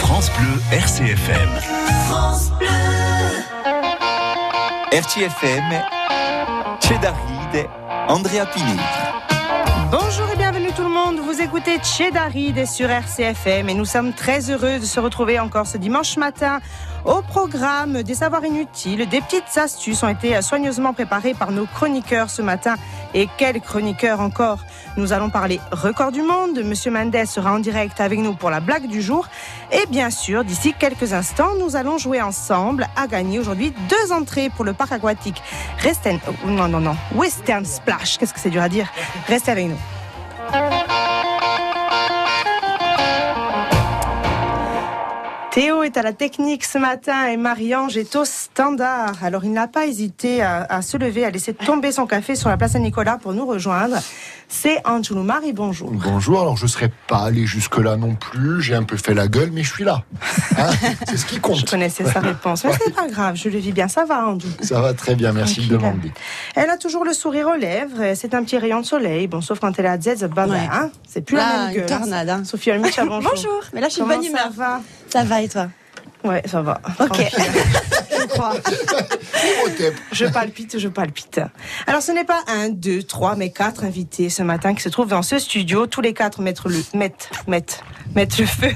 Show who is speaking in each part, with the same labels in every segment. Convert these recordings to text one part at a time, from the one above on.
Speaker 1: France Bleu RCFM.
Speaker 2: France Bleu.
Speaker 3: RTFM, Chedaride, Andrea Pini.
Speaker 4: Bonjour et bienvenue tout le monde, vous écoutez Chedaride sur RCFM et nous sommes très heureux de se retrouver encore ce dimanche matin. Au programme, des savoirs inutiles, des petites astuces ont été soigneusement préparées par nos chroniqueurs ce matin. Et quel chroniqueur encore Nous allons parler record du monde, Monsieur Mendes sera en direct avec nous pour la blague du jour. Et bien sûr, d'ici quelques instants, nous allons jouer ensemble à gagner aujourd'hui deux entrées pour le parc aquatique Resten... oh, Non, non, non, Western Splash, qu'est-ce que c'est dur à dire Restez avec nous. Théo est à la technique ce matin et Marie-Ange est au standard. Alors il n'a pas hésité à, à se lever, à laisser tomber son café sur la place Saint-Nicolas pour nous rejoindre. C'est Angelou Marie, bonjour.
Speaker 5: Bonjour, alors je ne serais pas allé jusque-là non plus, j'ai un peu fait la gueule, mais je suis là. Hein c'est ce qui
Speaker 4: Je
Speaker 5: compte.
Speaker 4: connaissais sa réponse, mais c'est pas grave, je le vis bien, ça va Angelou.
Speaker 5: Ça va très bien, merci de demander.
Speaker 4: Elle a toujours le sourire aux lèvres, c'est un petit rayon de soleil, bon sauf quand elle est à Z, bah, bah,
Speaker 6: Ouais.
Speaker 4: hein, c'est plus
Speaker 6: Là,
Speaker 4: la même
Speaker 6: une
Speaker 4: gueule. hein.
Speaker 6: tornade, hein.
Speaker 4: Sophie Olmicha, bonjour.
Speaker 6: Bonjour. Mais là, je suis de
Speaker 4: Comment
Speaker 6: bonne
Speaker 4: ça
Speaker 6: humeur.
Speaker 4: va
Speaker 6: Ça va et toi
Speaker 4: Ouais, ça va.
Speaker 6: Ok.
Speaker 4: Je crois.
Speaker 5: Au thème.
Speaker 4: Je palpite, je palpite. Alors, ce n'est pas un, deux, trois, mais quatre invités ce matin qui se trouvent dans ce studio. Tous les quatre mettent le, mettent, mettent, mettent le feu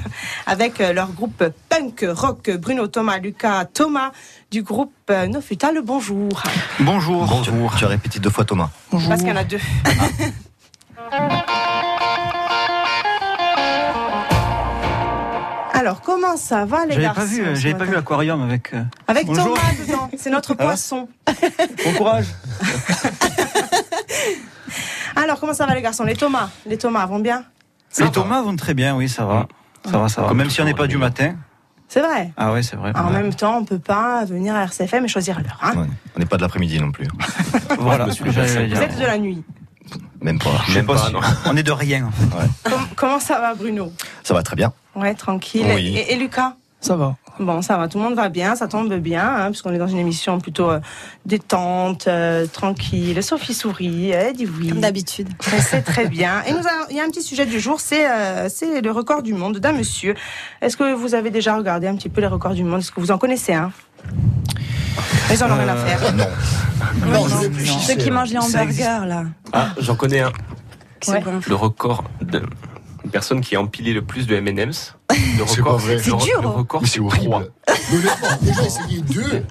Speaker 4: avec euh, leur groupe punk rock. Bruno, Thomas, Lucas, Thomas du groupe euh, Nofuta. Le bonjour.
Speaker 3: Bonjour. Bonjour. Tu as répété deux fois Thomas.
Speaker 4: Parce qu'il y en a deux. Alors, comment ça va, les
Speaker 7: J'avais
Speaker 4: garçons
Speaker 7: pas vu,
Speaker 4: ce
Speaker 7: euh, j'avais
Speaker 4: matin
Speaker 7: pas vu l'aquarium avec. euh,
Speaker 4: Avec
Speaker 7: Bonjour. Ah
Speaker 4: Thomas dedans. C'est notre poisson.
Speaker 7: Bon courage.
Speaker 4: Alors, comment ça va, les garçons Les Thomas Les Thomas vont bien
Speaker 7: Les Thomas vont très bien, oui, ça va, ça va, ça va. Même si on n'est pas du matin.
Speaker 4: C'est vrai.
Speaker 7: Ah ouais, c'est vrai.
Speaker 4: En
Speaker 7: Ouais.
Speaker 4: même temps, on peut pas venir à RCFM et choisir l'heure. hein.
Speaker 3: Ouais. On n'est pas de l'après-midi non plus.
Speaker 7: Voilà. j'allais
Speaker 4: Vous
Speaker 7: dire.
Speaker 4: êtes de la nuit.
Speaker 3: Même pas.
Speaker 7: Je sais pas si- on est de rien. en fait.
Speaker 4: Com- comment ça va, Bruno
Speaker 3: Ça va très bien.
Speaker 4: Ouais, tranquille.
Speaker 3: Oui.
Speaker 4: Et, et Lucas
Speaker 8: Ça va.
Speaker 4: Bon, ça va, tout le monde va bien, ça tombe bien, hein, puisqu'on est dans une émission plutôt euh, détente, euh, tranquille. Sophie sourit, elle dit oui.
Speaker 6: Comme d'habitude.
Speaker 4: Mais C'est très bien. Et nous avons- il y a un petit sujet du jour, c'est euh, c'est le record du monde d'un monsieur. Est-ce que vous avez déjà regardé un petit peu les records du monde Est-ce que vous en connaissez un Ils en ont
Speaker 9: Euh,
Speaker 4: rien à
Speaker 5: Euh,
Speaker 4: faire.
Speaker 3: Non.
Speaker 5: Non, je vais plus
Speaker 6: Ceux
Speaker 5: chier,
Speaker 6: qui
Speaker 5: là.
Speaker 6: mangent les
Speaker 7: Ça existe.
Speaker 6: hamburgers, là.
Speaker 9: Ah, j'en connais un.
Speaker 6: qui se
Speaker 4: Ouais.
Speaker 6: goinfrent.
Speaker 9: Le record de une personne qui a empilé le plus de M&M's. Le
Speaker 5: C'est pas
Speaker 9: record,
Speaker 5: vrai.
Speaker 9: le
Speaker 5: C'est
Speaker 9: re-
Speaker 6: dur.
Speaker 4: hein.
Speaker 9: Le record,
Speaker 5: Mais c'est
Speaker 9: c'est trois.
Speaker 5: horrible. Mais honnêtement, déjà essayer deux,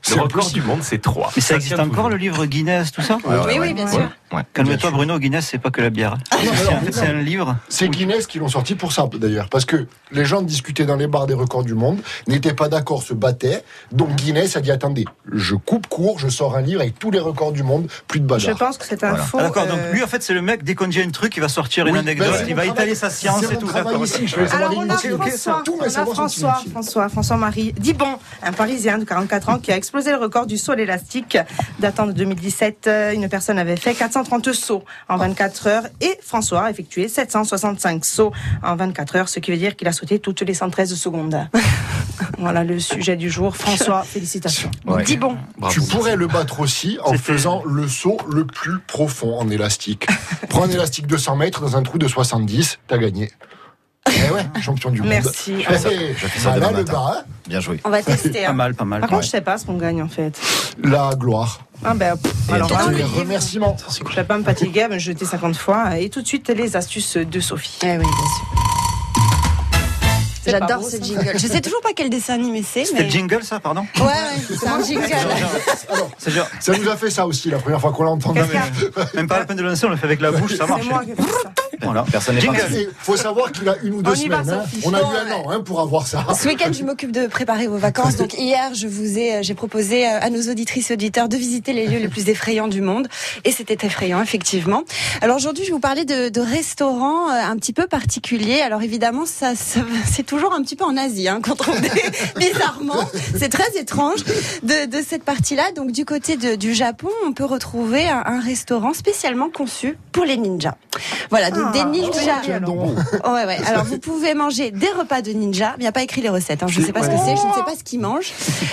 Speaker 5: c'est
Speaker 9: Le record
Speaker 5: impossible.
Speaker 9: du monde, c'est trois.
Speaker 7: Mais ça
Speaker 9: tient
Speaker 7: existe encore
Speaker 9: toujours.
Speaker 7: le livre Guinness, tout ça
Speaker 5: Ouais, ouais,
Speaker 6: Oui,
Speaker 5: ouais.
Speaker 6: oui, bien
Speaker 3: Ouais.
Speaker 6: sûr.
Speaker 3: Ouais.
Speaker 7: Calme-toi, Bruno. Guinness, c'est pas que la bière.
Speaker 5: non,
Speaker 7: C'est
Speaker 5: non,
Speaker 7: un-
Speaker 5: mais
Speaker 7: C'est
Speaker 5: non.
Speaker 7: un livre.
Speaker 5: C'est Guinness qui l'ont sorti pour ça d'ailleurs, parce que les gens discutaient dans les bars des records du monde, n'étaient pas d'accord, se battaient. Donc Guinness a dit attendez, je coupe court, je sors un livre avec tous les records du monde, plus de
Speaker 4: Je
Speaker 5: bazar.
Speaker 4: pense que c'est un
Speaker 3: Voilà.
Speaker 4: faux.
Speaker 7: Ah, D'accord. Donc
Speaker 4: euh,
Speaker 7: lui, en fait, c'est le mec. Dès qu'on dit un truc, il va sortir une
Speaker 5: Oui,
Speaker 7: anecdote.
Speaker 5: ben, c'est
Speaker 7: il
Speaker 5: mon
Speaker 7: va
Speaker 5: travail.
Speaker 7: étaler sa science
Speaker 5: C'est
Speaker 7: et
Speaker 5: mon
Speaker 7: tout.
Speaker 5: travail
Speaker 7: D'accord.
Speaker 5: ici, je vais savoir
Speaker 4: Alors
Speaker 5: les
Speaker 4: on a
Speaker 5: inutiles.
Speaker 4: François,
Speaker 5: Tout, mais
Speaker 4: on a
Speaker 5: savoir si c'est
Speaker 4: François,
Speaker 5: inutile.
Speaker 4: François, François-Marie Dibon, un Parisien de 44 ans qui a explosé le record du saut à l'élastique datant de 2017. Euh, Une personne avait fait 430 sauts en 24 heures et François a effectué 765 sauts en 24 heures, ce qui veut dire qu'il a sauté toutes les 113 secondes. voilà le sujet du jour. François, félicitations.
Speaker 3: Ouais.
Speaker 4: Dibon,
Speaker 9: Bravo.
Speaker 5: Tu pourrais le battre aussi en
Speaker 7: C'était-
Speaker 5: faisant le saut le plus profond en élastique. Prends un élastique de 100 mètres dans un trou de 70, t'as gagné. Eh ouais, champion du monde.
Speaker 4: merci. Ah,
Speaker 5: Eh,
Speaker 3: Je fais ça
Speaker 5: voilà
Speaker 3: demain
Speaker 5: le
Speaker 3: matin.
Speaker 5: bas, hein.
Speaker 3: Bien joué.
Speaker 4: On va tester.
Speaker 7: Pas
Speaker 4: hein.
Speaker 7: mal, pas mal.
Speaker 4: Par
Speaker 7: pas
Speaker 4: contre, je sais pas ce qu'on gagne en fait.
Speaker 5: la gloire.
Speaker 4: Ah ben, pff, alors,
Speaker 5: Tant
Speaker 4: là,
Speaker 5: que les remerciements.
Speaker 4: je vais pas me fatiguer, à me jeter 50 fois. Et tout de suite, les astuces de Sophie.
Speaker 6: Eh oui, bien sûr.
Speaker 4: C'est pas
Speaker 6: J'adore
Speaker 4: beau,
Speaker 6: ce
Speaker 4: ça.
Speaker 6: jingle. Je sais toujours pas quel dessin animé c'est,
Speaker 7: mal. C'était
Speaker 6: mais.
Speaker 7: le jingle, ça, pardon
Speaker 6: Ouais, ouais, c'est un jingle.
Speaker 5: Alors,
Speaker 7: C'est genre,
Speaker 5: ça nous a fait ça aussi la première fois qu'on l'a entendu.
Speaker 4: Qu'est-ce qu'il y a
Speaker 7: même pas la peine de lancer, on le fait avec la bouche, ça marche.
Speaker 4: C'est moi qui ai fait ça.
Speaker 7: Voilà.
Speaker 3: Personne n'est
Speaker 7: Jingle.
Speaker 5: Il faut savoir qu'il a une ou deux
Speaker 4: On y va,
Speaker 5: semaines. hein.
Speaker 4: Sophie.
Speaker 5: On a eu
Speaker 6: Ouais.
Speaker 5: un an hein, pour avoir ça.
Speaker 6: Ce week-end, je m'occupe de préparer vos vacances. Donc hier, je vous ai, euh, j'ai proposé à nos auditrices et auditeurs de visiter les lieux les plus effrayants du monde, et c'était effrayant effectivement. Alors aujourd'hui, je vais vous parler de, de restaurants euh, un petit peu particuliers. Alors évidemment, ça, ça- c'est toujours un petit peu en Asie hein, qu'on trouve des, bizarrement. C'est très étrange de, de cette partie-là. Donc du côté de- du Japon, on peut retrouver un, un restaurant spécialement conçu pour les ninjas. Voilà, donc des ninjas.
Speaker 8: Tiens donc.
Speaker 6: Oh, ouais, ouais. Alors, vous pouvez manger des repas de ninja. mais Il n'y a pas écrit les recettes. hein. Je ne sais pas ce que c'est. Je ne sais pas ce qu'ils mangent.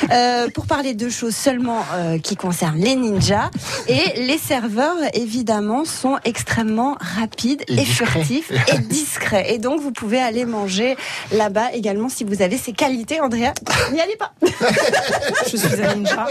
Speaker 6: Euh, pour parler de choses seulement euh, qui concernent les ninjas. Et les serveurs, évidemment, sont extrêmement rapides
Speaker 8: Et
Speaker 6: et,
Speaker 8: discrets.
Speaker 6: furtifs et discrets. Et donc, vous pouvez aller manger là-bas également si vous avez ces qualités, Andrea. N'y allez pas.
Speaker 4: Je suis un ninja.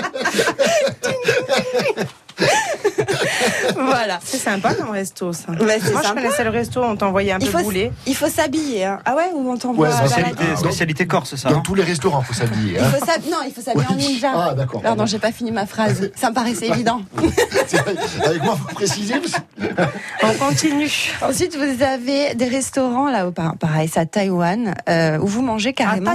Speaker 6: Voilà.
Speaker 4: C'est sympa comme resto, ça.
Speaker 6: Ouais, c'est
Speaker 4: Moi, je
Speaker 6: sympa.
Speaker 4: connaissais le resto, on t'envoyait un
Speaker 6: Il
Speaker 4: peu
Speaker 6: faut,
Speaker 4: bouler.
Speaker 6: il faut s'habiller. hein. Ah ouais, ou on t'envoie
Speaker 8: Ouais,
Speaker 6: à
Speaker 8: c'est-
Speaker 6: balader.
Speaker 7: Spécialité,
Speaker 8: Ah,
Speaker 7: spécialité corse, ça.
Speaker 8: Dans
Speaker 7: hein.
Speaker 8: tous les restaurants, faut s'habiller.
Speaker 6: Il
Speaker 8: hein.
Speaker 6: faut s'hab- non, il faut s'habiller en
Speaker 8: Ouais.
Speaker 6: ninja.
Speaker 8: Ah, d'accord, pardon.
Speaker 6: Pardon, j'ai pas fini ma phrase. Ça me paraissait évident.
Speaker 8: Avec moi, faut préciser. parce que-
Speaker 4: On continue.
Speaker 8: Ah.
Speaker 6: Ensuite, vous avez des restaurants là, au- par- pareil, c'est à Taïwan, euh, où vous mangez carrément.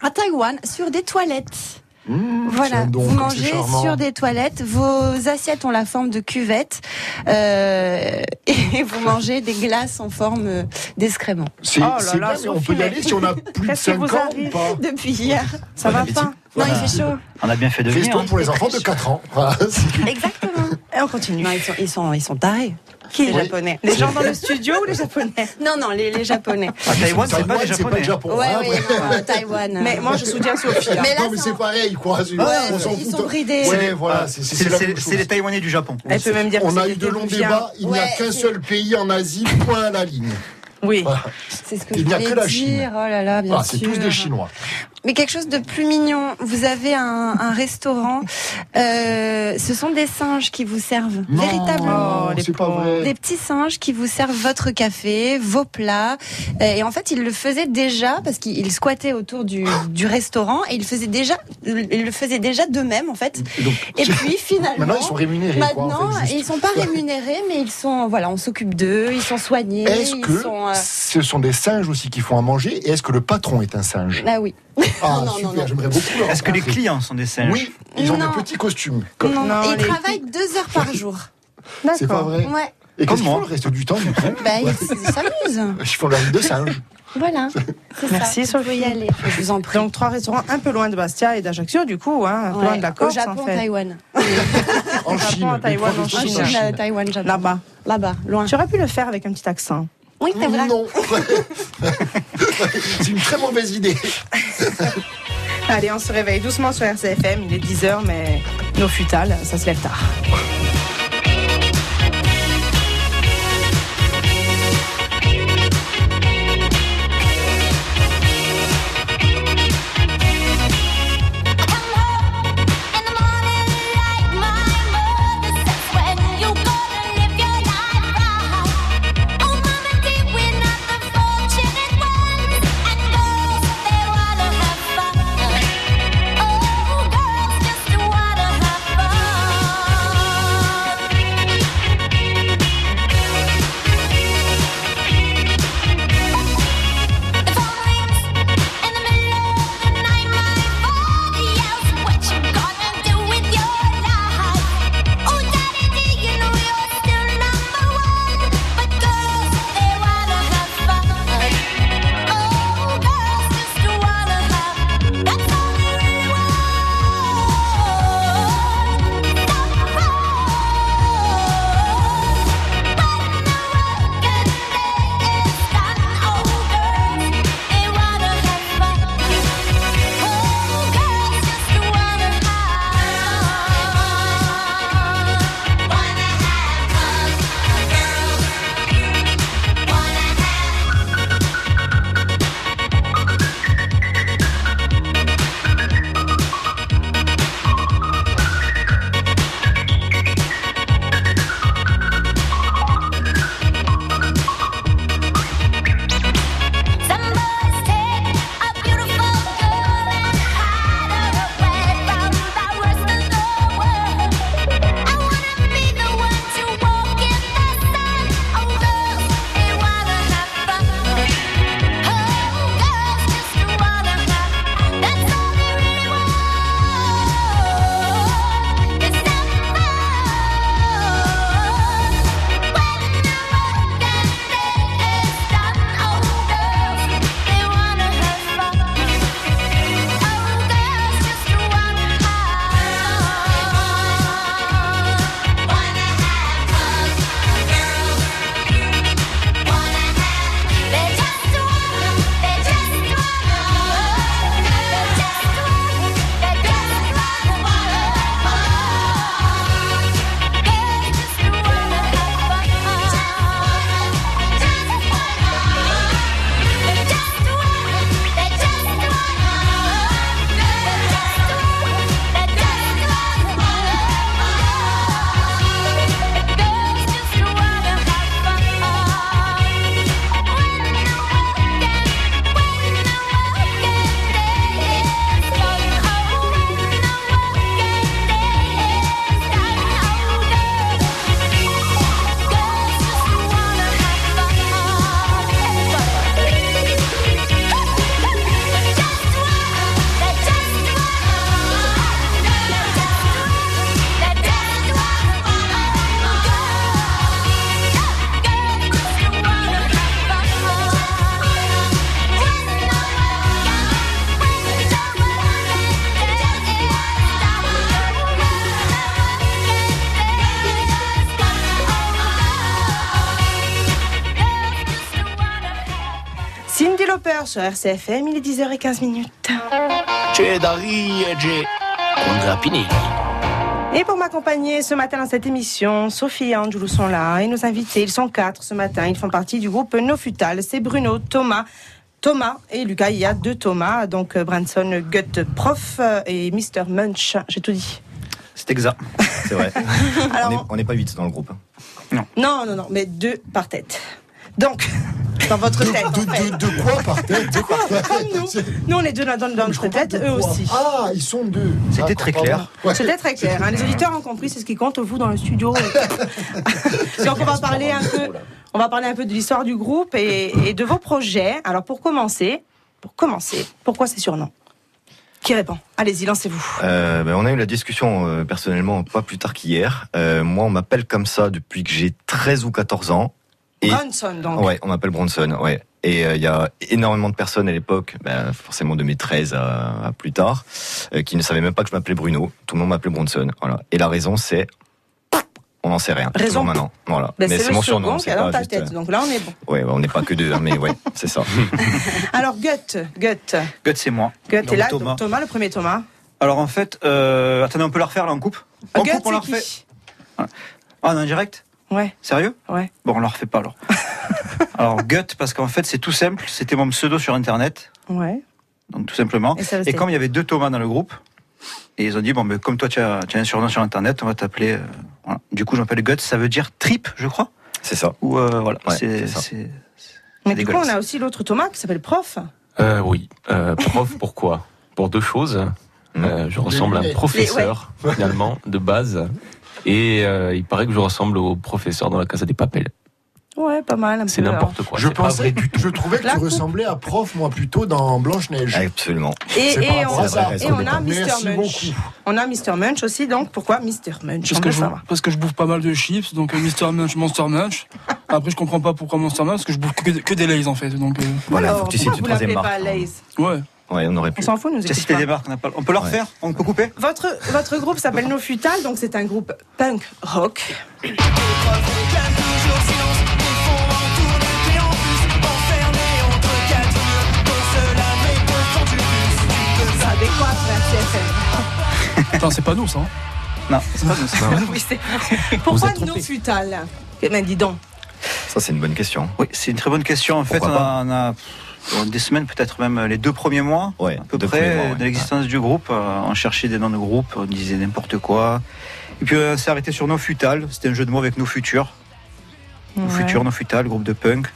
Speaker 6: À Taïwan, sur des toilettes. voilà,
Speaker 8: Mmh, tiens donc,
Speaker 6: vous
Speaker 8: comme c'est
Speaker 6: mangez
Speaker 8: charmant.
Speaker 6: sur des toilettes. Vos assiettes ont la forme de cuvette euh, et vous mangez des glaces en forme euh, d'excréments.
Speaker 8: C'est,
Speaker 4: Oh là
Speaker 8: c'est
Speaker 4: là,
Speaker 8: bien, mais on peut y
Speaker 4: Sophie,
Speaker 8: aller si on a plus de
Speaker 4: qu'est-ce qui
Speaker 8: 5
Speaker 4: vous
Speaker 8: ans ou
Speaker 4: arrive
Speaker 8: pas.
Speaker 6: Depuis hier.
Speaker 4: Ça va
Speaker 10: appétit.
Speaker 4: pas
Speaker 6: Non,
Speaker 7: Voilà.
Speaker 6: il fait chaud.
Speaker 7: On a bien fait de venir.
Speaker 8: Feston
Speaker 7: hein.
Speaker 8: pour les enfants de 4 ans. Voilà, c'est-
Speaker 6: Exactement.
Speaker 4: Et on continue.
Speaker 6: Non, ils sont, ils sont, ils sont tarés.
Speaker 4: Qui est
Speaker 8: Oui.
Speaker 4: japonais Les gens dans le studio ou les japonais
Speaker 6: Non, non, les, les japonais.
Speaker 7: À Ah, Taïwan, c'est pas
Speaker 8: Taïwan,
Speaker 7: les
Speaker 8: c'est pas
Speaker 7: japonais.
Speaker 8: le Japon.
Speaker 6: ouais,
Speaker 8: hein,
Speaker 6: oui,
Speaker 8: ouais.
Speaker 6: non, euh, Taïwan.
Speaker 4: Mais moi, je soutiens Sophie. hein.
Speaker 6: Mais là,
Speaker 8: non, mais
Speaker 6: ça-
Speaker 8: c'est pareil, quoi. c'est-
Speaker 6: Ouais,
Speaker 8: on s'en
Speaker 6: ils
Speaker 8: fout
Speaker 6: sont
Speaker 8: de-
Speaker 6: bridés.
Speaker 8: Ouais, voilà, c'est, c'est-
Speaker 7: C'est
Speaker 8: c'est la
Speaker 7: c'est-
Speaker 8: même
Speaker 7: c'est
Speaker 8: chose.
Speaker 7: les Taïwanais du Japon.
Speaker 4: Elle peut même dire
Speaker 8: On
Speaker 4: que
Speaker 8: a
Speaker 4: c'est
Speaker 8: eu de
Speaker 4: quelqu'un
Speaker 8: longs
Speaker 4: qui vient-
Speaker 8: débats. Il n'y a
Speaker 6: Ouais,
Speaker 8: qu'un
Speaker 6: c'est-
Speaker 8: seul pays en Asie, point à la ligne.
Speaker 4: Oui.
Speaker 6: C'est ce que
Speaker 8: Il
Speaker 6: je
Speaker 8: n'y a
Speaker 6: voulais
Speaker 8: que la
Speaker 6: dire.
Speaker 8: Chine.
Speaker 6: Oh là là, bien
Speaker 8: Voilà, c'est
Speaker 6: sûr.
Speaker 8: tous des Chinois.
Speaker 6: Mais quelque chose de plus mignon. Vous avez un, un restaurant. euh, ce sont des singes qui vous servent. Véritablement.
Speaker 4: Oh, les
Speaker 8: c'est pas
Speaker 4: pauvres.
Speaker 8: vrai.
Speaker 6: Des petits singes qui vous servent votre café, vos plats. Euh, Et en fait, ils le faisaient déjà parce qu'ils squattaient autour du, du restaurant et ils faisaient déjà, ils le faisaient déjà d'eux-mêmes en fait.
Speaker 8: Donc,
Speaker 6: Et puis finalement.
Speaker 8: Maintenant, ils sont rémunérés. quoi, en fait,
Speaker 6: Maintenant,
Speaker 8: juste.
Speaker 6: ils sont pas rémunérés, mais ils sont, voilà, on s'occupe d'eux, ils sont soignés,
Speaker 8: Est-ce
Speaker 6: ils
Speaker 8: que
Speaker 6: sont. euh,
Speaker 8: ce sont des singes aussi qui font à manger Et est-ce que le patron est un singe
Speaker 6: Ah oui.
Speaker 8: Ah,
Speaker 6: non, non,
Speaker 8: super,
Speaker 6: non.
Speaker 8: j'aimerais beaucoup. leur
Speaker 7: Est-ce que les
Speaker 8: rencontrer.
Speaker 7: clients sont des singes
Speaker 8: Oui, ils ont
Speaker 6: Non.
Speaker 8: des petits costumes.
Speaker 6: Non, non,
Speaker 4: Non,
Speaker 6: ils
Speaker 4: les-
Speaker 6: travaillent deux heures par jour.
Speaker 8: C'est pas
Speaker 4: D'accord.
Speaker 8: vrai.
Speaker 6: Ouais.
Speaker 8: Et qu'est-ce qu'ils
Speaker 7: Comment
Speaker 8: font le reste du temps du coup
Speaker 6: Bah, ils s'amusent.
Speaker 8: Ils font leur vie de singe.
Speaker 6: Voilà. C'est
Speaker 4: Merci,
Speaker 6: ça. Vous pouvez y
Speaker 4: Sophie.
Speaker 6: aller. Je vous en prie.
Speaker 4: Donc, trois restaurants un peu loin de Bastia et d'Ajaccio, du coup, hein, un peu
Speaker 6: Ouais.
Speaker 4: loin de la Corse,
Speaker 6: Au Japon,
Speaker 4: en fait.
Speaker 6: Taïwan.
Speaker 8: En
Speaker 4: Japon,
Speaker 8: Chine. les
Speaker 4: Taïwan,
Speaker 8: trois
Speaker 4: en
Speaker 8: restos sont
Speaker 4: Chine.
Speaker 6: Euh, Taïwan, Japon.
Speaker 4: Là-bas.
Speaker 6: Là-bas, loin.
Speaker 4: J'aurais pu le faire avec un petit accent.
Speaker 6: Oui, t'as vrai.
Speaker 8: Non. C'est une très mauvaise idée.
Speaker 4: Allez, on se réveille doucement sur RCFM. Il est 10h, mais nos futales, ça se lève tard.
Speaker 5: Oh, girls just wanna have fun.
Speaker 4: sur RCFM, il est 10h15 minutes. Et pour m'accompagner ce matin dans cette émission, Sophie et Andrew sont là et nos invités, ils sont quatre ce matin, ils font partie du groupe Nofutal. C'est Bruno, Thomas, Thomas et Lucas. Il y a deux Thomas, donc euh, Branson Goethe, prof euh, et Mr Munch. J'ai tout dit.
Speaker 7: C'est exact.
Speaker 3: C'est vrai. On est-
Speaker 4: Alors,
Speaker 3: on n'est pas 8 dans le groupe. hein.
Speaker 4: non, non, non, mais deux par tête. Donc, dans votre tête. en
Speaker 5: De,
Speaker 4: fait.
Speaker 5: de- de quoi par tête De quoi par tête
Speaker 4: Comme nous.
Speaker 5: C'est-
Speaker 4: Nous, on est deux dans, dans
Speaker 5: Mais je
Speaker 4: notre
Speaker 5: comprends
Speaker 4: tête,
Speaker 5: pas de
Speaker 4: eux
Speaker 5: quoi.
Speaker 4: aussi.
Speaker 5: Ah, ils sont deux.
Speaker 7: C'était
Speaker 5: Ah,
Speaker 7: très
Speaker 5: pardon.
Speaker 7: clair.
Speaker 5: Ouais.
Speaker 4: C'était très clair. hein. Les auditeurs ont compris, c'est ce qui compte, vous, dans le studio. Donc, on va parler un peu, on va parler un peu de l'histoire du groupe et, et de vos projets. Alors, pour commencer, pour commencer, pourquoi ces surnoms Qui répond Allez-y, lancez-vous.
Speaker 3: Euh, ben, on a eu la discussion euh, personnellement pas plus tard qu'hier. Euh, moi, on m'appelle comme ça depuis que j'ai 13 ou 14 ans. Et-
Speaker 4: Bronson, donc.
Speaker 3: Ouais, on m'appelle Bronson, ouais. Et euh, il y a énormément de personnes à l'époque, ben, forcément de mes 13 à, à plus tard, euh, qui ne savaient même pas que je m'appelais Bruno. Tout le monde m'appelait Bronson. Voilà. Et la raison, c'est. On n'en sait rien.
Speaker 4: Raison.
Speaker 3: Toujours maintenant. Voilà.
Speaker 4: Ben, c'est le second qui
Speaker 3: c'est
Speaker 4: est dans
Speaker 3: pas
Speaker 4: ta
Speaker 3: juste,
Speaker 4: tête. Donc là, on est bon.
Speaker 3: euh, Ouais, ben, on n'est pas que deux, hein, mais ouais, c'est ça.
Speaker 4: Alors, Goethe, Goethe,
Speaker 7: Gut, c'est moi.
Speaker 4: Goethe
Speaker 7: Donc,
Speaker 4: est là.
Speaker 7: Thomas.
Speaker 4: donc Thomas, le premier Thomas.
Speaker 7: Alors en fait, euh, attendez, on peut la refaire là en coupe En
Speaker 4: Goethe,
Speaker 7: coupe, on la
Speaker 4: c'est
Speaker 7: refait.
Speaker 4: qui
Speaker 7: Ah, en direct
Speaker 4: Ouais,
Speaker 7: Sérieux
Speaker 4: ouais.
Speaker 7: Bon, on la refait pas alors. alors Gut, parce qu'en fait, c'est tout simple. C'était mon pseudo sur internet,
Speaker 4: Ouais.
Speaker 7: donc tout simplement.
Speaker 4: Et ça
Speaker 7: Et
Speaker 4: restait.
Speaker 7: comme il y avait deux Thomas dans le groupe, et ils ont dit, bon, mais comme toi, tu as, tu as un surnom sur Internet, on va t'appeler. euh, voilà. Du coup, je m'appelle Guts, ça veut dire trip, je crois.
Speaker 3: C'est ça.
Speaker 7: Ou euh, voilà,
Speaker 3: Ouais, c'est
Speaker 7: c'est
Speaker 3: ça.
Speaker 7: c'est-
Speaker 4: Mais du coup, on
Speaker 7: dégueulasse.
Speaker 4: a aussi l'autre Thomas qui s'appelle prof.
Speaker 9: Euh, oui. Euh, prof, pourquoi Pour deux choses. Euh, je ressemble à un
Speaker 5: lunettes.
Speaker 9: professeur, finalement, de base. Et euh, il paraît que je ressemble au professeur dans la Casa des Papels.
Speaker 4: Ouais, pas mal. un
Speaker 9: C'est
Speaker 4: peu,
Speaker 9: n'importe quoi.
Speaker 5: Je
Speaker 9: c'est pas
Speaker 5: pensais,
Speaker 9: vrai du tout.
Speaker 5: je trouvais que
Speaker 4: La
Speaker 5: tu
Speaker 4: coupe.
Speaker 5: ressemblais à prof, moi, plutôt dans Blanche-Neige.
Speaker 3: Absolument.
Speaker 4: hein. Et,
Speaker 5: C'est par
Speaker 4: et
Speaker 5: rapport
Speaker 4: on,
Speaker 5: à ça.
Speaker 4: et on a
Speaker 5: Merci
Speaker 4: Mr Munch.
Speaker 5: beaucoup.
Speaker 4: On a Mr Munch aussi, donc pourquoi Mr Munch
Speaker 1: Parce
Speaker 4: On
Speaker 1: que,
Speaker 4: veut
Speaker 1: je,
Speaker 4: savoir.
Speaker 1: parce que je bouffe pas mal de chips, donc euh, Mr. Munch, Monster Munch. Après, je comprends pas pourquoi Monster Munch, parce que je bouffe que, que des Lays en fait. Donc, euh,
Speaker 3: Voilà,
Speaker 4: Alors,
Speaker 3: faut que tu cites
Speaker 4: pourquoi
Speaker 3: une
Speaker 4: vous
Speaker 3: troisième
Speaker 4: l'appelez
Speaker 3: marque.
Speaker 4: pas Lays
Speaker 1: ouais.
Speaker 3: Ouais, on aurait
Speaker 4: On
Speaker 3: pu.
Speaker 4: s'en fout, nous
Speaker 7: T'as
Speaker 4: écoute
Speaker 7: cité
Speaker 4: pas.
Speaker 7: des marques, on, n'a pas- on peut la refaire On peut couper
Speaker 4: Votre, votre groupe s'appelle No Futal, donc c'est un groupe punk rock. Ça décoiffe la
Speaker 1: Putain, c'est pas nous ça. hein.
Speaker 7: Non, c'est pas nous, c'est pas nous.
Speaker 4: CFM. Oui, c'est- Pourquoi No Futal Mais dis donc.
Speaker 3: Ça, c'est une bonne question.
Speaker 7: Oui, c'est une très bonne question. En fait, on
Speaker 3: Pourquoi
Speaker 7: a, on a, pff, bon, des semaines, peut-être même euh, les deux premiers mois,
Speaker 3: Ouais,
Speaker 7: à peu
Speaker 3: deux premiers
Speaker 7: près, euh,
Speaker 3: mois, ouais.
Speaker 7: de l'existence du groupe. euh, on cherchait des noms de groupe, on disait n'importe quoi. Et puis euh, on s'est arrêté sur Nos Futales. C'était un jeu de mots avec Nos Futurs. Nos
Speaker 4: Ouais.
Speaker 7: Futurs, Nos Futales, groupe de punk.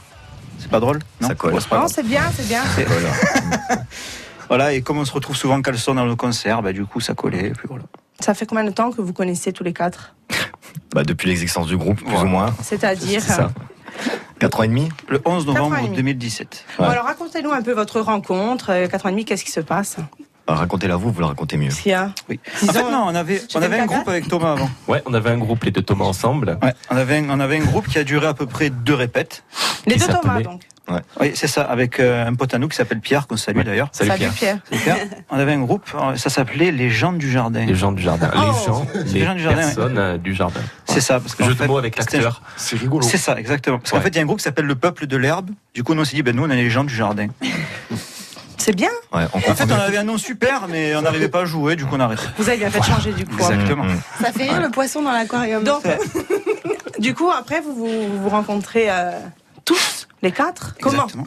Speaker 7: C'est pas drôle Non,
Speaker 3: Ça colle.
Speaker 7: Bon, c'est pas
Speaker 4: Non,
Speaker 7: grave.
Speaker 4: c'est bien, c'est bien.
Speaker 3: Voilà.
Speaker 7: Voilà, et comme on se retrouve souvent en caleçon dans nos concerts, bah, du coup, ça collait. Et puis voilà.
Speaker 4: Ça fait combien de temps que vous connaissez tous les quatre
Speaker 3: Bah, depuis l'existence du groupe, plus
Speaker 7: Voilà.
Speaker 3: ou moins.
Speaker 4: C'est-à-dire.
Speaker 9: C'est ça.
Speaker 3: 4 ans et demi
Speaker 7: Le 11
Speaker 4: Quatre ans et
Speaker 7: novembre
Speaker 4: demi.
Speaker 7: 2017.
Speaker 4: Bon,
Speaker 3: Ouais.
Speaker 4: alors hein. racontez-nous un peu votre rencontre. euh, Quatre ans et demi, qu'est-ce qui se passe
Speaker 3: Ah, Racontez-la vous, vous la racontez mieux.
Speaker 4: Qu'est-ce qu'il y a
Speaker 7: Oui.
Speaker 4: Disons,
Speaker 7: En fait, non, on avait,
Speaker 4: tu
Speaker 7: on
Speaker 4: fais
Speaker 7: avait
Speaker 4: le
Speaker 7: un
Speaker 4: caca
Speaker 7: groupe avec Thomas avant.
Speaker 9: Ouais, on avait un groupe, les deux Thomas ensemble.
Speaker 7: Ouais, on avait, un, on avait un groupe qui a duré à peu près deux répètes.
Speaker 4: Les
Speaker 9: Qui
Speaker 4: deux Thomas,
Speaker 9: s'appelait-
Speaker 4: donc.
Speaker 7: Oui, c'est ça, avec euh, un pote à nous qui s'appelle Pierre, qu'on salue d'ailleurs.
Speaker 9: Salut,
Speaker 4: Salut
Speaker 9: Pierre.
Speaker 4: Pierre.
Speaker 7: Salut Pierre. On avait un groupe, euh, ça s'appelait Les gens du jardin.
Speaker 9: Les gens du jardin.
Speaker 4: Oh.
Speaker 9: Les gens, les,
Speaker 7: gens du jardin, ouais.
Speaker 9: personnes euh, du jardin.
Speaker 7: C'est ça, parce qu'en
Speaker 9: Jeu
Speaker 7: fait,
Speaker 9: de mots avec
Speaker 7: c'était-
Speaker 9: l'acteur.
Speaker 5: C'est rigolo.
Speaker 7: C'est ça, exactement. Parce qu'en
Speaker 9: Ouais.
Speaker 7: fait, il y a un groupe qui s'appelle Le Peuple de l'Herbe. Du coup, nous, on s'est dit, ben nous, on est les gens du jardin.
Speaker 4: C'est bien.
Speaker 3: Ouais, on
Speaker 7: En fait, on
Speaker 3: comprend.
Speaker 7: avait un nom super, mais on n'arrivait pas à jouer, du coup, on a arrêté.
Speaker 4: Vous avez bien fait de changer du coup. hein.
Speaker 7: Exactement.
Speaker 9: Mm,
Speaker 6: Ça fait rire le poisson dans l'aquarium.
Speaker 4: Donc, du coup, après, vous vous, vous vous rencontrez euh, tous, les quatre. Comment
Speaker 7: Exactement.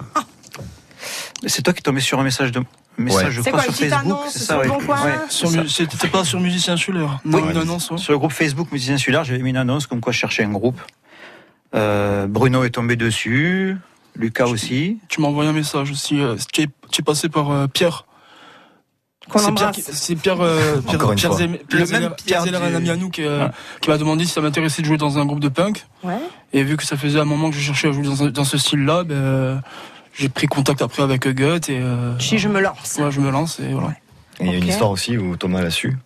Speaker 7: C'est toi qui tombais sur un message de. un Message,
Speaker 3: Ouais.
Speaker 7: je
Speaker 4: C'est
Speaker 7: crois,
Speaker 4: quoi, une
Speaker 7: sur
Speaker 4: petite
Speaker 7: Facebook,
Speaker 4: annonce
Speaker 7: c'est
Speaker 4: sur
Speaker 7: ça,
Speaker 4: le
Speaker 7: ouais.
Speaker 4: Bon Coin
Speaker 7: Ouais, c'est
Speaker 1: Sur
Speaker 7: ça.
Speaker 1: mu- C'était pas sur Musicien Insulaire. Non,
Speaker 7: Oui.
Speaker 1: une annonce. ouais.
Speaker 7: Sur le groupe Facebook Musicien Insulaire, j'avais mis une annonce comme quoi je cherchais un groupe. Euh, Bruno est tombé dessus, Lucas aussi.
Speaker 1: Tu m'as envoyé un message aussi. euh, tu, es, tu es passé par euh, Pierre.
Speaker 4: Qu'on
Speaker 1: c'est Pierre,
Speaker 4: embrasse.
Speaker 1: qui- c'est Pierre, euh, Pierre,
Speaker 3: Encore une
Speaker 1: Pierre
Speaker 3: fois.
Speaker 1: Zem- Pierre
Speaker 7: Le même
Speaker 1: Zeller-
Speaker 7: Pierre
Speaker 1: Pierre Zeller, un
Speaker 7: du-
Speaker 1: ami à nous qui, euh,
Speaker 7: Voilà.
Speaker 1: qui m'a demandé si ça m'intéressait de jouer dans un groupe de punk.
Speaker 4: Ouais.
Speaker 1: Et vu que ça faisait un moment que je cherchais à jouer dans, un- dans ce style-là, ben, euh, j'ai pris contact après avec Gut et euh,
Speaker 4: Si je me lance.
Speaker 1: ouais, je me lance et voilà.
Speaker 3: Et Il y a une
Speaker 4: Ok.
Speaker 3: histoire aussi où Thomas l'a su.